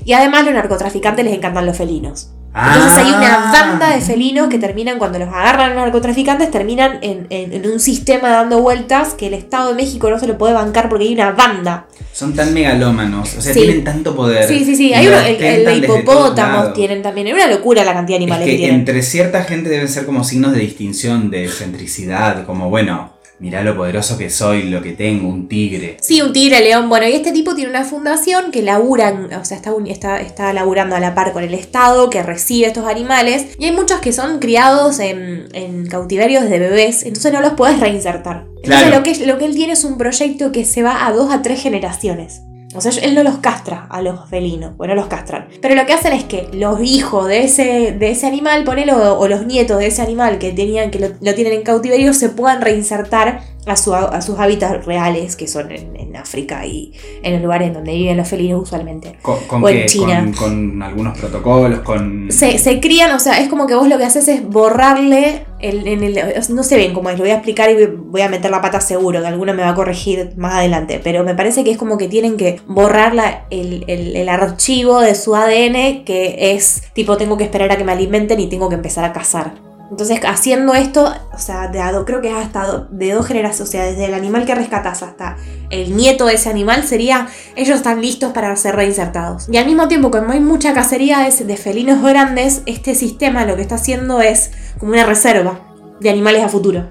Speaker 1: Y además los narcotraficantes les encantan los felinos.
Speaker 2: Ah.
Speaker 1: Entonces hay una banda de felinos que terminan, cuando los agarran los narcotraficantes, terminan en, en- en un sistema dando vueltas que el Estado de México no se lo puede bancar porque hay una banda.
Speaker 2: Son tan megalómanos, o sea,
Speaker 1: Sí.
Speaker 2: tienen tanto poder.
Speaker 1: Sí, sí, sí.
Speaker 2: y
Speaker 1: Hay
Speaker 2: lo
Speaker 1: uno, el, el de
Speaker 2: ostentan desde todos
Speaker 1: hipopótamos
Speaker 2: lados.
Speaker 1: tienen también. Es una locura la cantidad de
Speaker 2: Es
Speaker 1: animales
Speaker 2: que
Speaker 1: que tienen.
Speaker 2: entre cierta gente deben ser como signos de distinción, de excentricidad, como bueno, mirá lo poderoso que soy, lo que tengo, un tigre.
Speaker 1: Sí, un tigre león. Bueno, y este tipo tiene una fundación que laburan, o sea, está, un- está, está laburando a la par con el Estado, que recibe estos animales. Y hay muchos que son criados en, en cautiverios de bebés, entonces no los puedes reinsertar. Entonces
Speaker 2: Claro.
Speaker 1: lo, que, lo que él tiene es un proyecto que se va a dos a tres generaciones. O sea, él no los castra a los felinos, bueno, los castran. Pero lo que hacen es que los hijos de ese, de ese animal, ponelo, o, o los nietos de ese animal que, tenían, que lo, lo tienen en cautiverio, se puedan reinsertar a, su- a sus hábitats reales, que son en, en África y en los lugares donde viven los felinos usualmente.
Speaker 2: ¿Con, con
Speaker 1: O en
Speaker 2: qué?
Speaker 1: China.
Speaker 2: Con, con algunos protocolos, con...
Speaker 1: Se, se crían, o sea, es como que vos lo que haces es borrarle el, en el- No sé bien cómo es, lo voy a explicar y voy a meter la pata seguro, que alguno me va a corregir más adelante. Pero me parece que es como que tienen que borrar la- el, el- el archivo de su ADN, que es tipo, tengo que esperar a que me alimenten y tengo que empezar a cazar. Entonces, haciendo esto, o sea, de a do- creo que es hasta do- de dos generaciones, o sea, desde el animal que rescatas hasta el nieto de ese animal, sería ellos están listos para ser reinsertados. Y al mismo tiempo, como hay mucha cacería de, de felinos grandes, este sistema lo que está haciendo es como una reserva de animales a futuro.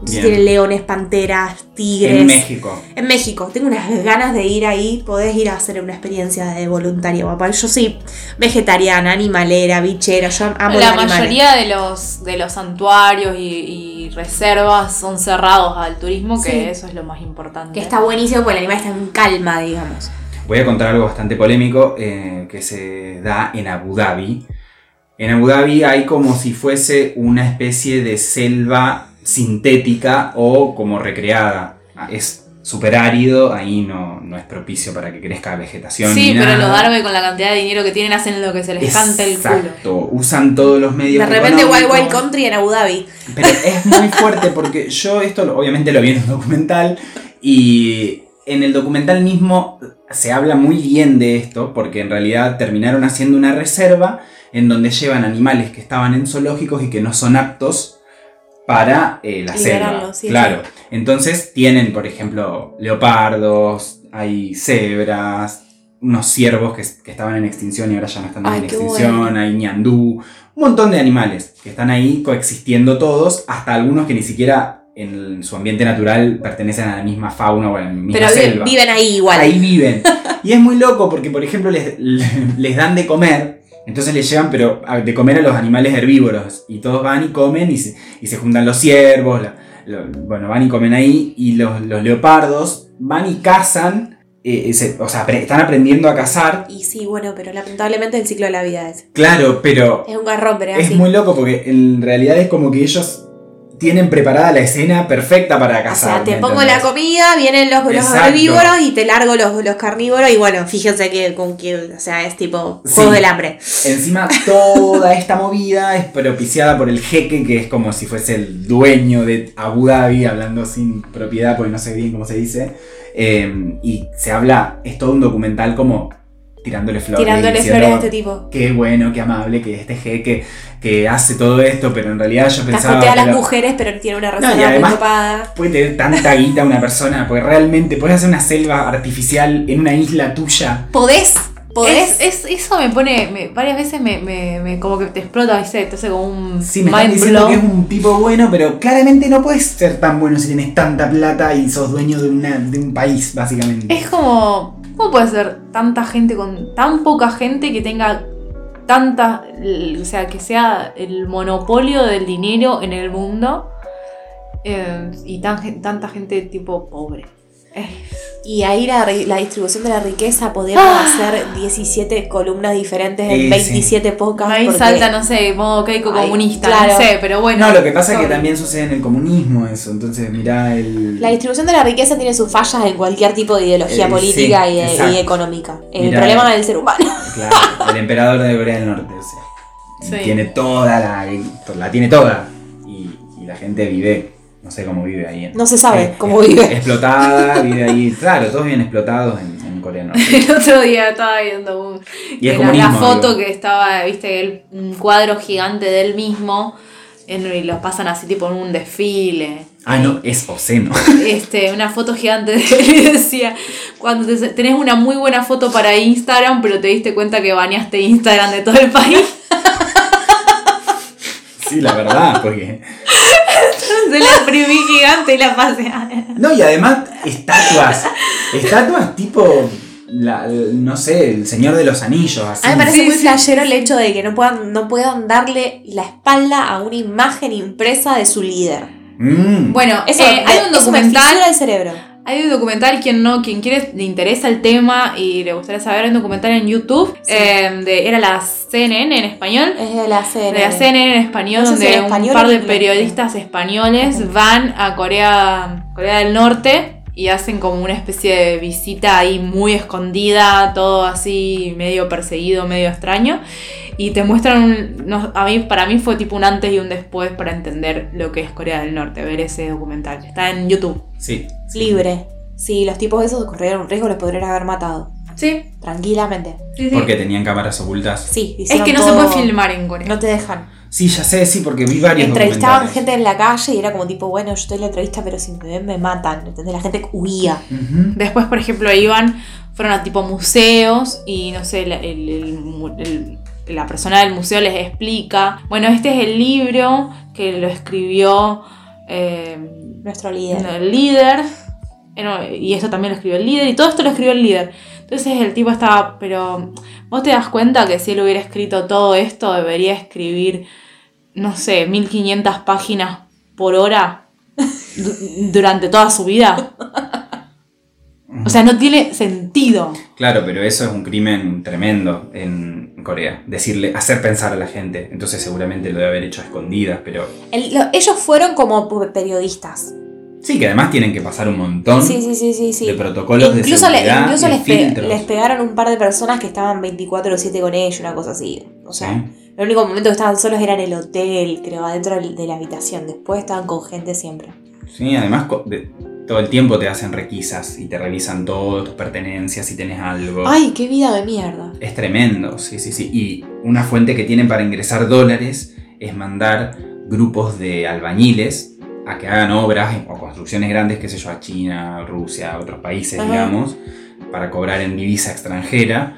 Speaker 1: Entonces
Speaker 2: Bien.
Speaker 1: tiene leones, panteras, tigres.
Speaker 2: en México.
Speaker 1: En México, tengo unas ganas de ir ahí, podés ir a hacer una experiencia de voluntario, papá. Yo soy vegetariana, animalera, bichera, yo amo
Speaker 3: la
Speaker 1: los Ah, animales.
Speaker 3: mayoría de los, de los santuarios y, y reservas son cerrados al turismo, que
Speaker 1: Sí.
Speaker 3: eso es lo más importante.
Speaker 1: Que está buenísimo porque el animal está en calma, digamos.
Speaker 2: Voy a contar algo bastante polémico eh, que se da en Abu Dhabi. En Abu Dhabi hay como si fuese una especie de selva sintética o como recreada. Ah, Es súper árido, ahí no, no es propicio para que crezca vegetación.
Speaker 3: Sí,
Speaker 2: ni
Speaker 3: pero
Speaker 2: nada.
Speaker 3: los árabes con la cantidad de dinero que tienen hacen lo que se les canta el culo.
Speaker 2: Exacto, usan todos los medios.
Speaker 1: De repente Wild
Speaker 2: económicos.
Speaker 1: Wild Country en Abu Dhabi.
Speaker 2: Pero es muy fuerte porque yo esto lo- obviamente lo vi en un documental y en el documental mismo se habla muy bien de esto porque en realidad terminaron haciendo una reserva en donde llevan animales que estaban en zoológicos y que no son aptos para eh, la
Speaker 1: Liberarlos,
Speaker 2: selva.
Speaker 1: sí,
Speaker 2: claro. Entonces tienen, por ejemplo, leopardos, hay cebras, unos ciervos que, que estaban en extinción y ahora ya no están
Speaker 1: Ay,
Speaker 2: en
Speaker 1: qué
Speaker 2: extinción,
Speaker 1: bueno.
Speaker 2: hay ñandú, un montón de animales que están ahí coexistiendo todos, hasta algunos que ni siquiera en el- su ambiente natural pertenecen a la misma fauna o a la misma
Speaker 1: Pero vi-
Speaker 2: selva.
Speaker 1: viven ahí igual.
Speaker 2: Ahí viven. Y es muy loco porque, por ejemplo, les, les dan de comer. Entonces les llevan, pero a- de comer a los animales herbívoros. Y todos van y comen y se, y se juntan los ciervos. la- lo- bueno, van y comen ahí. Y los, los leopardos van y cazan. eh, eh, se- o sea, apre- están aprendiendo a cazar.
Speaker 1: Y sí, bueno, pero lamentablemente el ciclo de la vida es.
Speaker 2: Claro, pero
Speaker 1: Es un garrón, pero
Speaker 2: es
Speaker 1: así.
Speaker 2: muy loco porque en realidad es como que ellos tienen preparada la escena perfecta para
Speaker 1: o
Speaker 2: cazar.
Speaker 1: sea, te
Speaker 2: ¿me
Speaker 1: pongo
Speaker 2: entendés?
Speaker 1: la comida, vienen los, los
Speaker 2: Exacto.
Speaker 1: herbívoros y te largo los, los carnívoros. Y bueno, fíjense que con que, o sea, es tipo juego
Speaker 2: Sí.
Speaker 1: del hambre.
Speaker 2: Encima, toda esta movida es propiciada por el jeque, que es como si fuese el dueño de Abu Dhabi, hablando sin propiedad, porque no sé bien cómo se dice. Eh, y se habla, es todo un documental como tirándole flores.
Speaker 1: Tirándole
Speaker 2: diciendo,
Speaker 1: flores a este tipo.
Speaker 2: Qué bueno, qué amable que este jeque que hace todo esto, pero en realidad yo pensaba.
Speaker 1: Cascotea a las
Speaker 2: pero-
Speaker 1: mujeres, pero tiene una
Speaker 2: y
Speaker 1: reserva muy
Speaker 2: además-
Speaker 1: copada.
Speaker 2: Puede tener tanta guita una persona, porque realmente puedes hacer una selva artificial en una isla tuya.
Speaker 1: ¿Podés? ¿Podés?
Speaker 3: Es, es- eso me pone, me- varias veces me, me- me- como que te explota, ¿viste? Te hace como un
Speaker 2: Sí, me están
Speaker 3: mind
Speaker 2: diciendo
Speaker 3: blow.
Speaker 2: que es un tipo bueno, pero claramente no puedes ser tan bueno si tienes tanta plata y sos dueño de, una, de un país, básicamente.
Speaker 3: Es como, ¿cómo puede ser tanta gente con tan poca gente que tenga tanta, l- o sea, que sea el monopolio del dinero en el mundo eh, y tan gen- tanta gente tipo pobre? Es
Speaker 1: Y ahí la, ri- la distribución de la riqueza, podemos hacer 17 columnas diferentes en
Speaker 2: Eh, sí.
Speaker 1: 27 podcasts.
Speaker 3: Ahí
Speaker 1: porque-
Speaker 3: salta, no sé, modo caico
Speaker 1: Ay,
Speaker 3: comunista,
Speaker 1: claro.
Speaker 3: no sé, pero bueno.
Speaker 2: No, lo que pasa es que
Speaker 3: sorry.
Speaker 2: también sucede en el comunismo eso. Entonces, mirá el.
Speaker 1: La distribución de la riqueza tiene sus fallas en cualquier tipo de ideología
Speaker 2: Eh,
Speaker 1: política
Speaker 2: sí,
Speaker 1: y, de-
Speaker 2: exacto.
Speaker 1: y económica. El
Speaker 2: Mirá,
Speaker 1: problema
Speaker 2: eh.
Speaker 1: del ser humano.
Speaker 2: Claro, el emperador de Corea del Norte, o sea.
Speaker 3: Sí.
Speaker 2: Tiene toda la. La tiene toda. Y, y la gente vive. No sé cómo vive ahí. en-
Speaker 1: No se sabe
Speaker 2: eh,
Speaker 1: cómo
Speaker 2: eh,
Speaker 1: vive.
Speaker 2: Explotada, vive ahí. Claro, todos viven explotados en, en Corea del Norte.
Speaker 3: El otro día estaba viendo un,
Speaker 2: Y es
Speaker 3: que la, la
Speaker 2: comunismo.
Speaker 3: foto
Speaker 2: digo.
Speaker 3: que estaba, viste, el, un cuadro gigante de él mismo. en- y los pasan así tipo en un desfile.
Speaker 2: Ah, no, es obsceno.
Speaker 3: Este, una foto gigante de él y decía, cuando te- tenés una muy buena foto para Instagram, pero te diste cuenta que baneaste Instagram de todo el país.
Speaker 2: Sí, la verdad, porque.
Speaker 3: Se la imprimí gigante y la pasé.
Speaker 2: No, y además, estatuas. Estatuas tipo. la- no sé, el señor de los anillos, así.
Speaker 1: A mí Ah, me parece
Speaker 3: Sí,
Speaker 1: muy
Speaker 3: sí,
Speaker 1: flashero el hecho de que no puedan, no puedan darle la espalda a una imagen impresa de su líder.
Speaker 2: Mm.
Speaker 3: Bueno,
Speaker 1: Eso,
Speaker 3: eh, hay
Speaker 1: eh,
Speaker 3: un
Speaker 1: eso me
Speaker 3: documental
Speaker 1: fisura el cerebro.
Speaker 3: Hay un documental, quien no, quien quiere, le interesa el tema y le gustaría saber, hay un documental en YouTube,
Speaker 1: Sí.
Speaker 3: eh, de, era la CNN en español,
Speaker 1: Es de la CNN.
Speaker 3: de la CNN en español,
Speaker 1: No sé si
Speaker 3: donde
Speaker 1: en español
Speaker 3: un par
Speaker 1: o en
Speaker 3: de
Speaker 1: inglés.
Speaker 3: periodistas españoles
Speaker 1: Ujú.
Speaker 3: van a Corea, Corea del Norte y hacen como una especie de visita ahí muy escondida, todo así medio perseguido, medio extraño, y te muestran, un- no, a mí, para mí fue tipo un antes y un después para entender lo que es Corea del Norte, ver ese documental, está en YouTube.
Speaker 2: Sí.
Speaker 1: Libre. Si los tipos esos corrieron un riesgo, los podrían haber matado.
Speaker 3: Sí,
Speaker 1: Tranquilamente.
Speaker 3: Sí, sí.
Speaker 2: Porque tenían cámaras ocultas.
Speaker 1: Sí,
Speaker 3: Es
Speaker 1: hicieron
Speaker 3: que no se
Speaker 1: todo-
Speaker 3: puede filmar en Corea.
Speaker 1: No te dejan.
Speaker 2: Sí, ya sé, sí, porque vi varios
Speaker 1: Entrevistaban
Speaker 2: documentales.
Speaker 1: gente en la calle y era como tipo, bueno, yo estoy en la entrevista, pero si me ven me matan. ¿Entendés? La gente huía.
Speaker 2: Ujú.
Speaker 3: Después, por ejemplo, iban, fueron a tipo museos y no sé, la, el- el mu- el- la persona del museo les explica. Bueno, este es el libro que lo escribió eh,
Speaker 1: Nuestro líder.
Speaker 3: el líder. Eh, no, Y esto también lo escribió el líder, y todo esto lo escribió el líder. Entonces el tipo estaba, pero vos te das cuenta que si él hubiera escrito todo esto, debería escribir, no sé, 1500 páginas por hora du- durante toda su vida. O sea, no tiene sentido.
Speaker 2: Claro, pero eso es un crimen tremendo en Corea. Decirle, hacer pensar a la gente. Entonces seguramente lo debe haber hecho a escondidas, pero.
Speaker 1: El- lo- ellos fueron como pu- periodistas.
Speaker 2: Sí, que además tienen que pasar un montón
Speaker 1: Sí, sí, sí, sí, sí.
Speaker 2: de protocolos
Speaker 1: incluso
Speaker 2: de
Speaker 1: le-
Speaker 2: seguridad.
Speaker 1: incluso
Speaker 2: y
Speaker 1: les, pe-
Speaker 2: filtros.
Speaker 1: les pegaron un par de personas que estaban 24-7 con ellos, una cosa así. O sea,
Speaker 2: Sí.
Speaker 1: el único momento que estaban solos era en el hotel, creo, adentro del- de la habitación. Después estaban con gente siempre.
Speaker 2: Sí, además co- de- todo el tiempo te hacen requisas y te revisan todo, tus pertenencias, si tenés algo.
Speaker 1: Ay, qué vida de mierda.
Speaker 2: Es tremendo, sí, sí, sí. Y una fuente que tienen para ingresar dólares es mandar grupos de albañiles a que hagan obras o construcciones grandes, qué sé yo, a China, Rusia, a otros países,
Speaker 1: Ajá.
Speaker 2: digamos, para cobrar en divisa extranjera.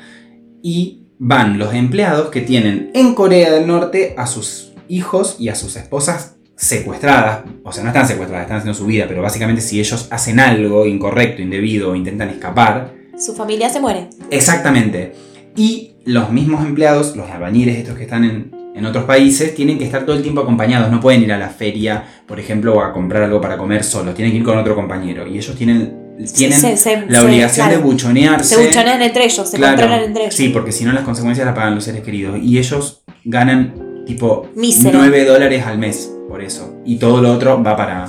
Speaker 2: Y van los empleados que tienen en Corea del Norte a sus hijos y a sus esposas secuestradas, o sea, no están secuestradas, están haciendo su vida, pero básicamente si ellos hacen algo incorrecto, indebido o intentan escapar,
Speaker 1: Su familia se muere.
Speaker 2: Exactamente. Y los mismos empleados, los albañiles, estos que están en, en otros países, tienen que estar todo el tiempo acompañados. No pueden ir a la feria, por ejemplo, o a comprar algo para comer solos. Tienen que ir con otro compañero. Y ellos tienen, tienen
Speaker 1: Se- se-
Speaker 2: la
Speaker 1: se-
Speaker 2: obligación
Speaker 1: claro.
Speaker 2: de buchonearse.
Speaker 1: Se buchonean entre ellos, se
Speaker 2: Claro.
Speaker 1: controlan entre ellos.
Speaker 2: Sí, porque si no las consecuencias las pagan los seres queridos. Y ellos ganan tipo
Speaker 1: Mísero.
Speaker 2: 9 dólares al mes por eso. Y todo lo otro va para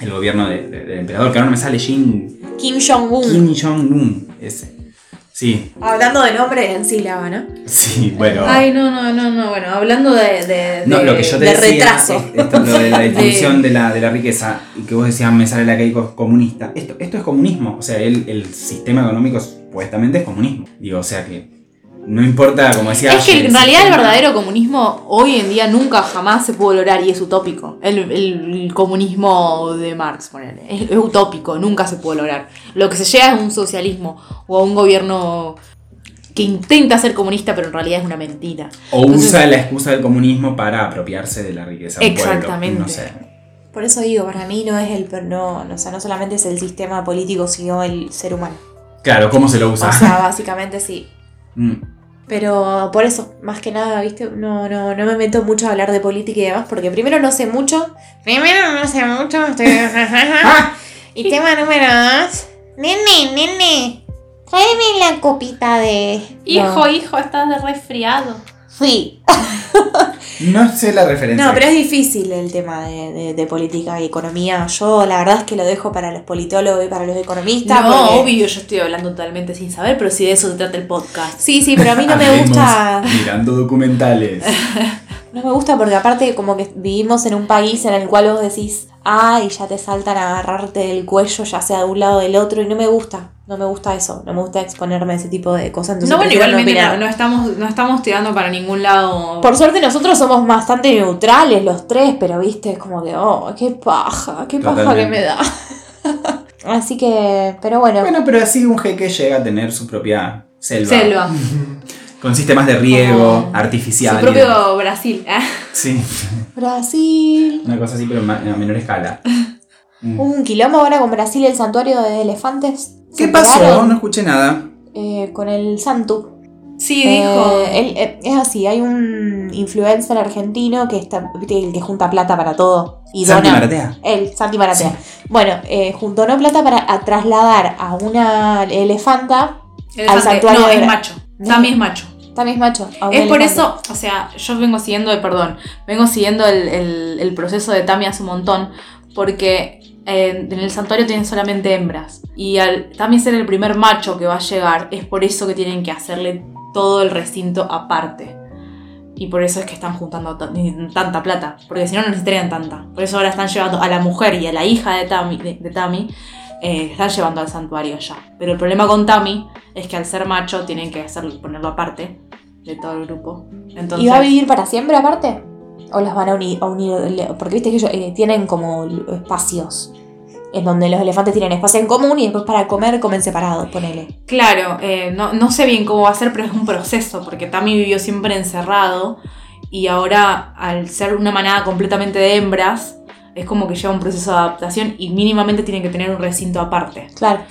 Speaker 2: el gobierno de- de- del emperador. Que ahora no me sale Jin,
Speaker 1: Kim Jong-un.
Speaker 2: Kim Jong-un. Ese. Sí,
Speaker 1: Hablando de nombres en sílaba, ¿no?
Speaker 2: sí, bueno.
Speaker 3: Ay, no, no, no, no. Bueno, hablando de. de-
Speaker 2: No,
Speaker 3: de-
Speaker 2: lo que yo te
Speaker 1: de
Speaker 2: decía,
Speaker 1: retraso.
Speaker 2: es- esto, lo de la distribución de, la, de la riqueza, y que vos decías, me sale la Keiko comunista. Esto, esto es comunismo, o sea, el, el sistema económico supuestamente es comunismo. Digo, o sea que no importa, como decía...
Speaker 3: Es que en
Speaker 2: el
Speaker 3: realidad el
Speaker 2: sistema-
Speaker 3: verdadero comunismo hoy en día nunca jamás se pudo lograr y es utópico. El, el- el comunismo de Marx, ponele. Es, es utópico, nunca se pudo lograr. Lo que se llega es un socialismo o a un gobierno que intenta ser comunista, pero en realidad es una mentira.
Speaker 2: O
Speaker 3: Entonces-
Speaker 2: usa la excusa del comunismo para apropiarse de la riqueza. de un pueblo,
Speaker 3: Exactamente.
Speaker 2: no sé.
Speaker 1: Por eso digo, para mí no es el. per- No, no, o sea, no solamente es el sistema político, sino el ser humano.
Speaker 2: Claro, ¿cómo se lo
Speaker 1: O
Speaker 2: usa?
Speaker 1: sea, básicamente sí.
Speaker 2: Mm.
Speaker 1: Pero por eso, más que nada, ¿viste? No, no, no me meto mucho a hablar de política y demás, porque primero no sé mucho. Primero no sé mucho, estoy. y tema número dos.
Speaker 4: Nene, nene, tráeme la copita de...
Speaker 3: Hijo,
Speaker 4: No.
Speaker 3: hijo, estás resfriado.
Speaker 4: Sí.
Speaker 2: No sé la referencia.
Speaker 1: No, pero es difícil el tema de, de- de política y economía. Yo la verdad es que lo dejo para los politólogos y para los economistas.
Speaker 3: no,
Speaker 1: porque-
Speaker 3: obvio, yo estoy hablando totalmente sin saber, pero si de eso se trata el podcast.
Speaker 1: Sí, sí, pero a mí no me
Speaker 2: Hablemos
Speaker 1: gusta.
Speaker 2: Mirando documentales.
Speaker 1: No me gusta porque aparte como que vivimos en un país en el cual vos decís, ah, y ya te saltan a agarrarte del cuello, ya sea de un lado o del otro, y no me gusta, no me gusta eso, no me gusta exponerme a ese tipo de cosas. Entonces
Speaker 3: No, bueno,
Speaker 1: prefiero
Speaker 3: igualmente no,
Speaker 1: opinar.
Speaker 3: no estamos, no estamos tirando para ningún lado.
Speaker 1: Por suerte nosotros somos bastante neutrales los tres, pero viste, es como que, oh, qué paja, qué paja
Speaker 2: Totalmente.
Speaker 1: que me da. Así que, pero bueno,
Speaker 2: Bueno, pero así un jeque llega a tener su propia selva.
Speaker 3: selva.
Speaker 2: Con sistemas de riego
Speaker 3: Como
Speaker 2: artificial.
Speaker 3: Su
Speaker 2: y demás.
Speaker 3: propio Brasil. ¿eh?
Speaker 2: Sí,
Speaker 1: Brasil.
Speaker 2: una cosa así, pero ma- a menor escala. Mm.
Speaker 1: Hubo un quilombo ahora con Brasil el santuario de elefantes.
Speaker 2: ¿Qué
Speaker 1: Se
Speaker 2: pasó?
Speaker 1: pegaron,
Speaker 2: No escuché nada.
Speaker 1: eh, con el Santu.
Speaker 3: Sí,
Speaker 1: Eh,
Speaker 3: dijo.
Speaker 1: él, eh, es así, hay un influencer argentino que está, viste, el que junta plata para todo y
Speaker 2: Santi
Speaker 1: dona.
Speaker 2: Maratea.
Speaker 1: Él, Santi Maratea. Bueno, eh, juntó no plata para a trasladar a una elefanta.
Speaker 3: Elefante.
Speaker 1: santuario
Speaker 3: no,
Speaker 1: de
Speaker 3: es
Speaker 1: Bra-
Speaker 3: macho. Sami es macho.
Speaker 1: También es macho. a un
Speaker 3: Es por
Speaker 1: elefante.
Speaker 3: eso, o sea, yo vengo siguiendo, eh, perdón, vengo siguiendo el, el- el proceso de Tami hace un montón, porque eh, en el santuario tienen solamente hembras. Y al Tami ser el primer macho que va a llegar, es por eso que tienen que hacerle todo el recinto aparte. Y por eso es que están juntando ta- tanta plata, porque si no, no necesitarían tanta. Por eso ahora están llevando a la mujer y a la hija de Tami, de, de Tami eh, están llevando al santuario ya. Pero el problema con Tami es que al ser macho tienen que hacer, ponerlo aparte de todo el grupo. Entonces,
Speaker 1: ¿Y va a vivir para siempre aparte? ¿O las van a unir? a unir- le- porque viste que ellos eh, tienen como l- espacios. En donde los elefantes tienen espacio en común y después para comer comen separados, ponele.
Speaker 3: claro, eh, no, no sé bien cómo va a ser, pero es un proceso, porque Tami vivió siempre encerrado y ahora al ser una manada completamente de hembras, es como que lleva un proceso de adaptación y mínimamente tienen que tener un recinto aparte.
Speaker 1: Claro.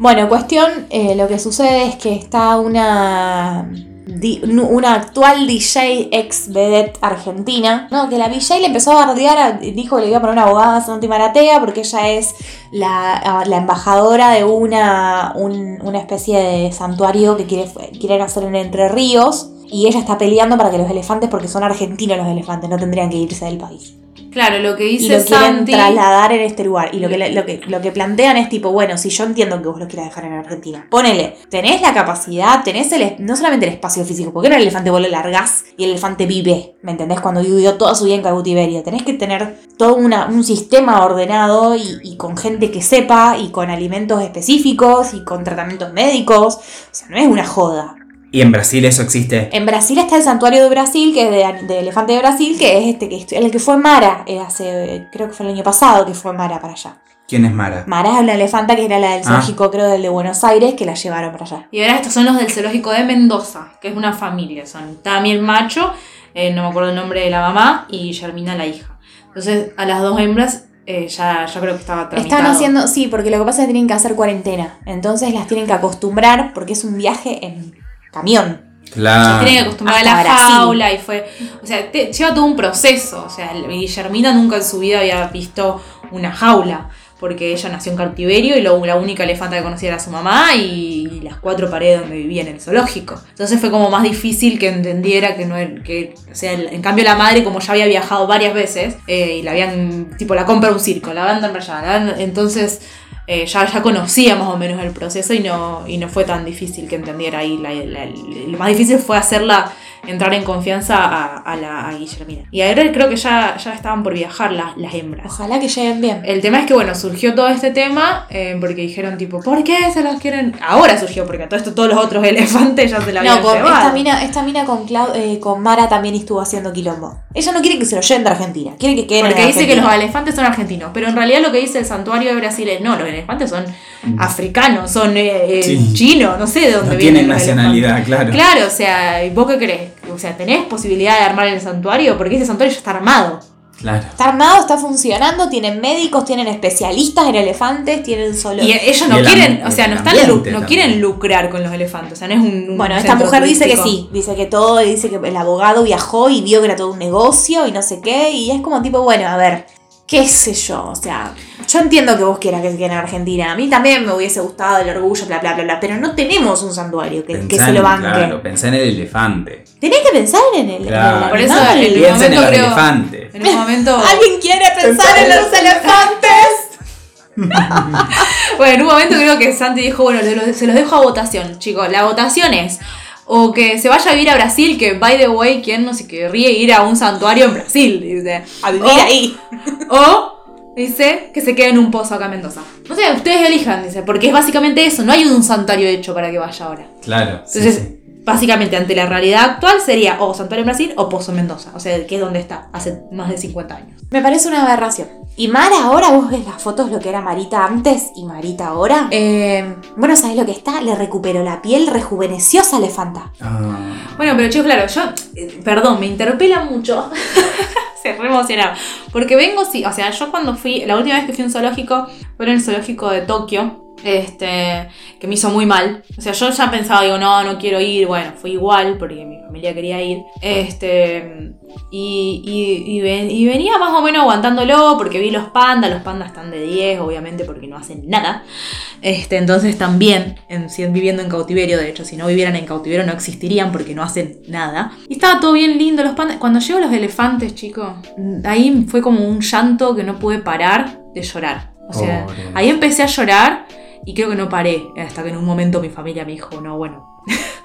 Speaker 1: Bueno, cuestión, eh, lo que sucede es que está una. di- nu- una actual DJ ex vedette argentina, no, que la VJ le empezó a bardear, a- dijo que le iba a poner una abogada a Santi Maratea porque ella es la, a- la embajadora de una, un- una especie de santuario que quiere, quieren hacer en Entre Ríos y ella está peleando para que los elefantes, porque son argentinos los elefantes, no tendrían que irse del país.
Speaker 3: Claro, lo que
Speaker 1: Y
Speaker 3: dice
Speaker 1: lo quieren
Speaker 3: Santi.
Speaker 1: trasladar en este lugar. Y lo que, le- lo, que, lo que plantean es tipo, bueno, si yo entiendo que vos lo quieras dejar en Argentina, ponele, tenés la capacidad, tenés el, es- no solamente el espacio físico, porque no el elefante vos lo largás y el elefante vive, ¿me entendés? Cuando vivió toda su vida en cautiverio. Tenés que tener todo una- un sistema ordenado y, y con gente que sepa y con alimentos específicos y con tratamientos médicos. O sea, no es una joda.
Speaker 2: Y en Brasil eso existe.
Speaker 1: En Brasil está el santuario de Brasil, que es de, de elefante de Brasil, que es este que es- el que fue Mara eh, hace, eh, creo que fue el año pasado que fue Mara para allá.
Speaker 2: ¿Quién es Mara?
Speaker 1: Mara es una elefanta que era la del
Speaker 2: Ah.
Speaker 1: zoológico, creo, del de Buenos Aires, que la llevaron para allá.
Speaker 3: Y ahora estos son los del zoológico de Mendoza, que es una familia. Son Tami el macho, eh, no me acuerdo el nombre de la mamá, y Germina la hija. Entonces, a las dos hembras eh, ya yo creo que estaba tramitado.
Speaker 1: Están haciendo, sí, porque lo que pasa es que tienen que hacer cuarentena. Entonces las tienen que acostumbrar porque es un viaje en camión.
Speaker 2: Claro.
Speaker 3: Tienen que acostumbrar a
Speaker 1: Hasta
Speaker 3: la
Speaker 1: Brasil.
Speaker 3: jaula y fue. O sea, te- lleva todo un proceso. O sea, el- y Germina nunca en su vida había visto una jaula. Porque ella nació en cautiverio y lo- la única elefanta que conocía era su mamá y, y las cuatro paredes donde vivía en el zoológico. Entonces fue como más difícil que entendiera que no era. Que, o sea, el- en cambio la madre, como ya había viajado varias veces eh, y la habían. Tipo, la compra un circo, la mandan para allá. la van- entonces. eh, ya, ya conocía más o menos el proceso y no, y no fue tan difícil que entendiera ahí. la- la- lo más difícil fue hacerla entrar en confianza a, a la a Guillermina. Y ahora creo que ya, ya estaban por viajar las, las hembras.
Speaker 1: Ojalá que lleguen bien.
Speaker 3: El tema es que, bueno, surgió todo este tema eh, porque dijeron, tipo, ¿por qué se las quieren? Ahora surgió, porque a todo esto todos los otros elefantes ya se la habían
Speaker 1: No, con
Speaker 3: llevado.
Speaker 1: esta mina, esta mina con, Clau- eh, con Mara también estuvo haciendo quilombo. Ella no quiere que se lo lleven de Argentina, quiere que queden en
Speaker 3: Porque dice que
Speaker 1: Argentina.
Speaker 3: los elefantes son argentinos, pero en realidad lo que dice el santuario de Brasil es no, los elefantes son africanos, son eh, eh,
Speaker 2: Mm. Sí.
Speaker 3: chinos, no sé de dónde
Speaker 2: No
Speaker 3: vienen.
Speaker 2: tienen
Speaker 3: los
Speaker 2: nacionalidad, claro.
Speaker 3: Claro, o sea, ¿y vos qué crees? O sea, ¿tenés posibilidad de armar el santuario? Porque ese santuario ya está armado.
Speaker 2: Claro.
Speaker 1: Está armado, está funcionando, tienen médicos, tienen especialistas en elefantes, tienen solo...
Speaker 3: Y ellos no
Speaker 2: Y el am-
Speaker 3: quieren, o sea,
Speaker 2: el
Speaker 3: no, están
Speaker 2: ambiente
Speaker 3: lu- no
Speaker 2: también.
Speaker 3: quieren lucrar con los elefantes. O sea, no es un. un
Speaker 1: Bueno, esta
Speaker 3: centro
Speaker 1: mujer dice que
Speaker 3: turístico.
Speaker 1: sí, dice que todo, y dice que el abogado viajó y vio que era todo un negocio y no sé qué, y es como tipo, bueno, a ver, qué sé yo, o sea, yo entiendo que vos quieras que se quede en Argentina, a mí también me hubiese gustado el orgullo, bla, bla, bla, bla, pero no tenemos un santuario que, que
Speaker 2: Pensá
Speaker 1: se lo
Speaker 2: en-
Speaker 1: banque.
Speaker 2: Claro, pensá en el elefante.
Speaker 1: Tenés que pensar en el... en el
Speaker 2: Claro.
Speaker 3: Por eso
Speaker 1: animal.
Speaker 3: el-
Speaker 2: Piensa en el
Speaker 3: momento creo-
Speaker 2: elefante.
Speaker 3: En un momento.
Speaker 1: ¿Alguien quiere pensar en los elefantes?
Speaker 3: Bueno, en un momento creo que Santi dijo, bueno, se los, se los dejo a votación, chicos. La votación es o que se vaya a vivir a Brasil, que by the way, ¿quién no se querría ir a un santuario en Brasil? Dice.
Speaker 1: A vivir
Speaker 3: O-
Speaker 1: ahí.
Speaker 3: O dice que se quede en un pozo acá en Mendoza. No sé, ustedes elijan, dice, porque es básicamente eso, no hay un santuario hecho para que vaya ahora.
Speaker 2: Claro. sí,
Speaker 3: Entonces,
Speaker 2: sí.
Speaker 3: básicamente ante la realidad actual sería o santuario en Brasil o pozo en Mendoza, o sea, que es donde está hace más de 50 años.
Speaker 1: Me parece una aberración.
Speaker 4: Y Mar ahora, vos ves las fotos lo que era Marita antes y Marita ahora.
Speaker 1: Eh,
Speaker 4: Bueno, ¿sabés lo que está? Le recuperó la piel, rejuveneció a Elefanta.
Speaker 2: Ah,
Speaker 3: Bueno, pero chicos, claro, yo, eh, perdón, me interpela mucho. Se re emocionaba. Porque vengo, sí, o sea, yo cuando fui, la última vez que fui a un zoológico, fue en el zoológico de Tokio. Este, que me hizo muy mal. O sea, yo ya pensaba, digo, no, no quiero ir. Bueno, fui igual porque mi familia quería ir. Este, y, y- y ven- y venía más o menos aguantándolo porque vi los pandas. Los pandas están de 10, obviamente, porque no hacen nada. Este, entonces también en, si- viviendo en cautiverio, de hecho, si no vivieran en cautiverio no existirían porque no hacen nada. Y estaba todo bien lindo, los pandas. Cuando llego los elefantes, chicos, ahí fue como un llanto que no pude parar de llorar. O sea,
Speaker 2: pobre.
Speaker 3: ahí empecé a llorar y creo que no paré. Hasta que en un momento mi familia me dijo, no, bueno.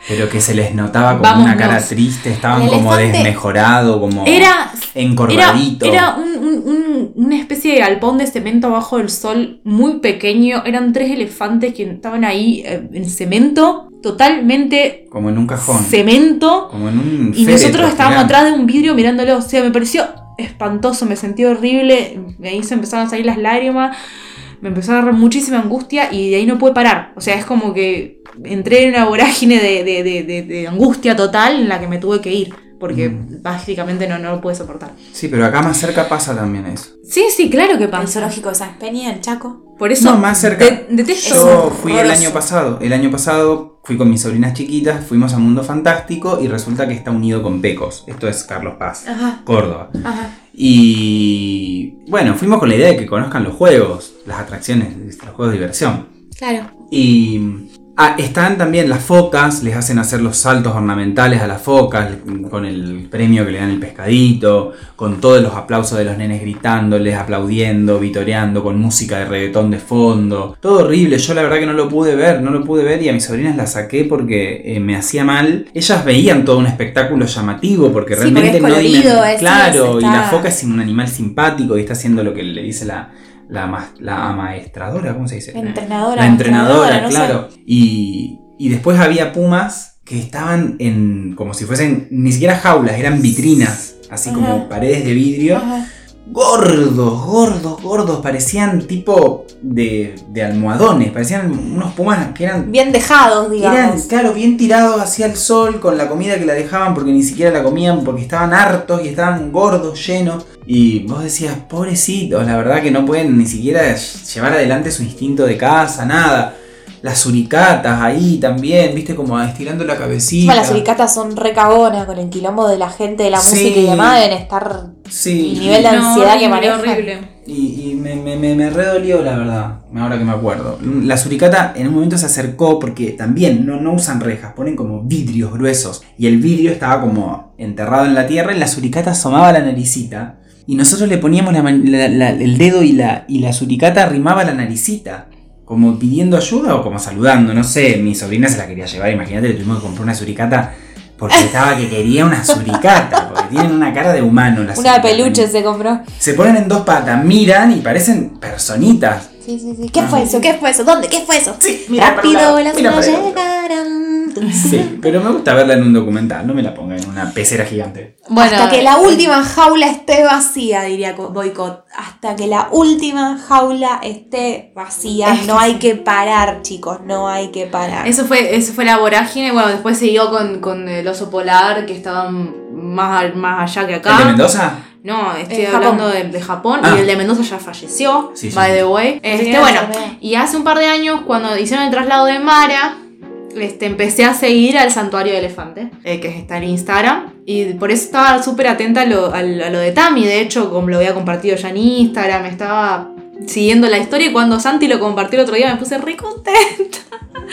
Speaker 2: Pero que se les notaba como
Speaker 3: Vámonos.
Speaker 2: una cara triste, estaban
Speaker 4: El
Speaker 2: como
Speaker 4: elefante-
Speaker 2: desmejorado, como
Speaker 3: Era, era,
Speaker 2: encorvadito.
Speaker 3: era un- un- un- una especie de galpón de cemento bajo el sol muy pequeño. Eran tres elefantes que estaban ahí eh, en cemento, totalmente
Speaker 2: Como en un cajón.
Speaker 3: cemento
Speaker 2: Como en un
Speaker 3: y
Speaker 2: féretro
Speaker 3: nosotros estábamos
Speaker 2: gigante.
Speaker 3: atrás de un vidrio mirándolo. O sea, me pareció espantoso, me sentí horrible, me hizo empezaron a salir las lágrimas, me empezó a dar muchísima angustia y de ahí no pude parar. O sea, es como que entré en una vorágine de, de- de- de- de angustia total en la que me tuve que ir. Porque
Speaker 2: Mm.
Speaker 3: básicamente no, no lo pude soportar.
Speaker 2: Sí, pero acá más cerca pasa también eso.
Speaker 3: Sí, sí, claro que
Speaker 4: El
Speaker 3: pasa.
Speaker 4: zoológico de San Peña, el Chaco.
Speaker 3: Por eso
Speaker 2: No, más cerca.
Speaker 3: de- detesto.
Speaker 2: Yo fui el
Speaker 4: horroroso.
Speaker 2: año pasado. El año pasado fui con mis sobrinas chiquitas, fuimos a Mundo Fantástico y resulta que está unido con Pecos. Esto es Carlos Paz,
Speaker 3: Ah.
Speaker 1: ajá,
Speaker 2: Córdoba.
Speaker 1: ajá.
Speaker 2: Y bueno, fuimos con la idea de que conozcan los juegos, las atracciones, los juegos de diversión.
Speaker 1: Claro.
Speaker 2: Y ah, están también las focas, les hacen hacer los saltos ornamentales a las focas, con el premio que le dan el pescadito, con todos los aplausos de los nenes gritándoles, aplaudiendo, vitoreando, con música de reggaetón de fondo. Todo horrible, yo la verdad que no lo pude ver, no lo pude ver y a mis sobrinas las saqué porque eh, me hacía mal. Ellas veían todo un espectáculo llamativo porque
Speaker 4: Sí,
Speaker 2: realmente
Speaker 4: porque es
Speaker 2: no
Speaker 4: colorido,
Speaker 2: dimen-
Speaker 4: es-
Speaker 2: Claro,
Speaker 4: es-
Speaker 2: y la
Speaker 4: está-
Speaker 2: foca es un animal simpático y está haciendo lo que le dice la, la, mas- la amaestradora, ¿cómo se dice?
Speaker 4: Entrenadora.
Speaker 2: La entrenadora,
Speaker 4: no sé.
Speaker 2: claro. Y, y después había pumas que estaban en. como si fuesen. ni siquiera jaulas, eran vitrinas. Así como
Speaker 4: Ajá.
Speaker 2: paredes de vidrio.
Speaker 4: Ajá.
Speaker 2: Gordos, gordos, gordos. Parecían tipo de, de almohadones. Parecían unos pumas que eran.
Speaker 4: Bien dejados, digamos.
Speaker 2: Eran, claro, bien tirados hacia el sol con la comida que la dejaban porque ni siquiera la comían porque estaban hartos y estaban gordos, llenos. Y vos decías, pobrecitos, la verdad que no pueden ni siquiera llevar adelante su instinto de caza, nada. Las suricatas ahí también, viste, como estirando la cabecita.
Speaker 4: Encima las suricatas son recagonas con el quilombo de la gente, de la
Speaker 2: Sí.
Speaker 4: música y demás, deben estar.
Speaker 2: Sí.
Speaker 4: El nivel de ansiedad que maneja.
Speaker 3: horrible.
Speaker 2: Y, y me, me, me, me redolió, la verdad, ahora que me acuerdo. La suricata en un momento se acercó porque también no, no usan rejas, ponen como vidrios gruesos. Y el vidrio estaba como enterrado en la tierra y la suricata asomaba la naricita. Y nosotros le poníamos la man- la- la- el dedo y la, y la suricata arrimaba la naricita. Como pidiendo ayuda o como saludando, no sé. Mi sobrina se la quería llevar, imagínate, le tuvimos que comprar una suricata porque estaba que quería una suricata. Porque tienen una cara de humano las
Speaker 4: Una
Speaker 2: suricatas.
Speaker 4: peluche se compró.
Speaker 2: Se ponen en dos patas, miran y parecen personitas.
Speaker 4: Sí, sí, sí. ¿Qué
Speaker 2: Ah.
Speaker 4: fue eso? ¿Qué fue eso? ¿Dónde? ¿Qué fue eso?
Speaker 2: Sí,
Speaker 4: Rápido, las olas llegaron.
Speaker 2: Sí, pero me gusta verla en un documental, no me la ponga en una pecera gigante.
Speaker 3: Bueno,
Speaker 4: Hasta que
Speaker 1: eh,
Speaker 4: la última jaula esté vacía, diría Co- Boicot. Hasta que la última jaula esté vacía. No hay que parar, chicos. No hay que parar.
Speaker 3: Eso fue, eso fue la vorágine. Bueno, después siguió con, con el oso polar, que estaba más, al- más allá que acá.
Speaker 2: ¿El de Mendoza?
Speaker 3: No, estoy
Speaker 4: Eh,
Speaker 3: hablando de, de Japón
Speaker 2: Ah.
Speaker 3: y el de Mendoza ya falleció,
Speaker 2: Sí, sí.
Speaker 3: by the way. Este,
Speaker 4: Tenía
Speaker 3: bueno,
Speaker 4: enfermedad.
Speaker 3: y hace un par de años cuando hicieron el traslado de Mara este, empecé a seguir al Santuario de Elefante, eh, que está en Instagram. Y por eso estaba súper atenta a lo, a lo- a lo de Tami, de hecho, como lo había compartido ya en Instagram, estaba siguiendo la historia y cuando Santi lo compartió el otro día me puse re contenta.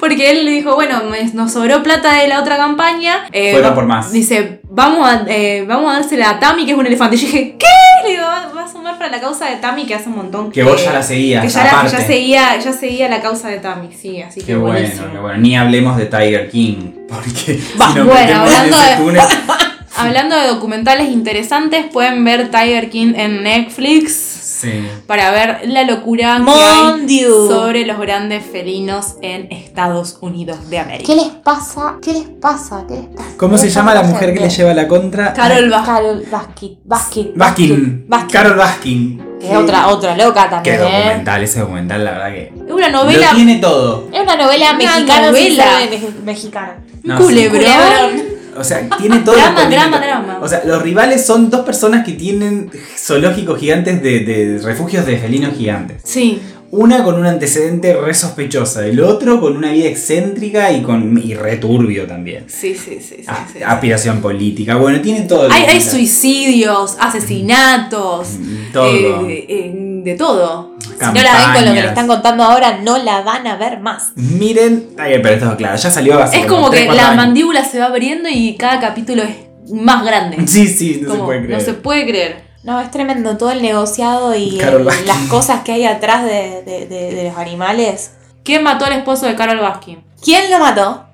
Speaker 3: Porque él le dijo, bueno, me- nos sobró plata de la otra campaña. eh,
Speaker 2: Fueron por más.
Speaker 3: Dice, vamos a, eh, vamos a dársela a Tami, que es un elefante. Y yo dije, ¿qué? Le digo, "Va- va a sumar para la causa de Tami, que hace un montón.
Speaker 2: Que vos ya la seguías,
Speaker 3: Que ya, la-
Speaker 2: aparte.
Speaker 3: ya seguía, ya seguía la causa de Tami, sí, así que
Speaker 2: Qué bueno,
Speaker 3: buenísimo.
Speaker 2: qué bueno. Ni hablemos de Tiger King, porque
Speaker 3: Va,
Speaker 2: si nos
Speaker 3: bueno,
Speaker 2: metemos en
Speaker 3: hablando
Speaker 2: ese
Speaker 3: de-
Speaker 2: túnel-
Speaker 3: Hablando de documentales interesantes, pueden ver Tiger King en Netflix
Speaker 2: Sí.
Speaker 3: para ver la locura que hay
Speaker 1: Mon Dieu.
Speaker 3: sobre los grandes felinos en Estados Unidos de América.
Speaker 1: ¿Qué les pasa? ¿Qué les pasa? ¿Qué les pasa?
Speaker 2: ¿Cómo se
Speaker 1: No
Speaker 2: llama la
Speaker 1: estamos
Speaker 2: mujer que le
Speaker 1: entendiendo.
Speaker 2: lleva la contra?
Speaker 3: Carol Bas-
Speaker 1: Carol Baskin. Baskin.
Speaker 2: Baskin.
Speaker 1: Baskin.
Speaker 2: Carol Baskin.
Speaker 1: Que es otra, otra loca
Speaker 2: Qué
Speaker 1: también. ¿eh?
Speaker 2: documental, ese documental, la verdad que.
Speaker 3: Es una
Speaker 2: Lo
Speaker 3: novela
Speaker 2: tiene todo.
Speaker 1: Es una novela
Speaker 3: Una
Speaker 1: mexicana. sin
Speaker 3: novela.
Speaker 1: ser mex- mexicana.
Speaker 2: No,
Speaker 3: un culebrón.
Speaker 1: Culebrón.
Speaker 2: O sea, tiene todo.
Speaker 3: Drama,
Speaker 2: lo que tiene
Speaker 3: drama,
Speaker 2: to-
Speaker 3: drama.
Speaker 2: O sea, los rivales son dos personas que tienen zoológicos gigantes de, de refugios de felinos gigantes.
Speaker 3: Sí,
Speaker 2: Una con un antecedente re sospechosa, el otro con una vida excéntrica y con y returbio también.
Speaker 3: sí, sí, sí. sí,
Speaker 2: Ah,
Speaker 3: sí, sí.
Speaker 2: Aspiración política, bueno, tiene todo. el
Speaker 3: Hay, hay
Speaker 2: documental.
Speaker 3: suicidios, asesinatos,
Speaker 2: Mm, Todo.
Speaker 3: eh, eh, de todo.
Speaker 1: Si no la ven con lo que le están
Speaker 2: Campañas.
Speaker 1: contando ahora, no la van a ver más.
Speaker 2: Miren, ay, pero esto claro, ya salió hace
Speaker 3: Es como
Speaker 2: tres,
Speaker 3: que
Speaker 2: cuatro
Speaker 3: la
Speaker 2: años.
Speaker 3: mandíbula se va abriendo y cada capítulo es más grande.
Speaker 2: Sí, sí, no se
Speaker 3: Como,
Speaker 2: puede creer.
Speaker 3: No se puede creer.
Speaker 1: No, es tremendo todo el negociado y
Speaker 2: Carol
Speaker 1: el-
Speaker 2: Baskin.
Speaker 1: las cosas que hay atrás de, de- de- de los animales.
Speaker 3: ¿Quién mató al esposo de Carol Baskin?
Speaker 1: ¿Quién lo mató?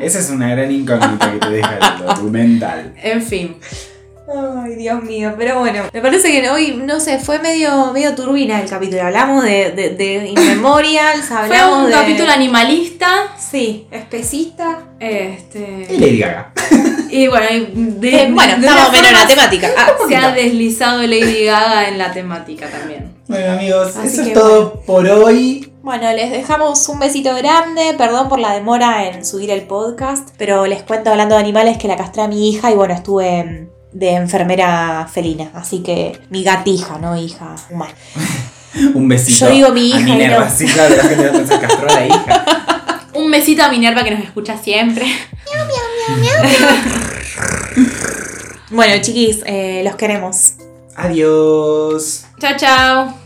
Speaker 2: Esa es una gran incógnita que te deja el documental.
Speaker 3: En fin.
Speaker 1: Ay, Dios mío, pero bueno, me parece que hoy, no sé, fue medio, medio turbina el capítulo. Hablamos de, de, de In Memorials, hablamos
Speaker 3: Fue un
Speaker 1: de...
Speaker 3: capítulo animalista.
Speaker 1: Sí, especista.
Speaker 2: Y
Speaker 3: Este.
Speaker 2: Lady Gaga.
Speaker 3: Y bueno, y de,
Speaker 1: Eh, bueno,
Speaker 3: de
Speaker 1: estamos
Speaker 3: una
Speaker 1: menos en la
Speaker 3: forma
Speaker 1: temática. Ah,
Speaker 3: Se ha deslizado Lady Gaga en la temática también.
Speaker 2: Bueno, amigos,
Speaker 1: Así
Speaker 2: eso
Speaker 1: que
Speaker 2: es todo por hoy.
Speaker 1: Bueno, les dejamos un besito grande, perdón por la demora en subir el podcast, pero les cuento hablando de animales que la castré a mi hija y bueno, estuve mm, de enfermera felina, así que mi gatija, no hija humana.
Speaker 2: Un besito.
Speaker 1: Yo digo mi hija
Speaker 2: A
Speaker 1: y
Speaker 2: Minerva,
Speaker 1: no.
Speaker 2: sí, claro, la gente va a pensar que castró a la hija.
Speaker 3: Un besito a Minerva que nos escucha siempre.
Speaker 1: Bueno, chiquis, eh, los queremos.
Speaker 2: Adiós.
Speaker 3: Chao, chao.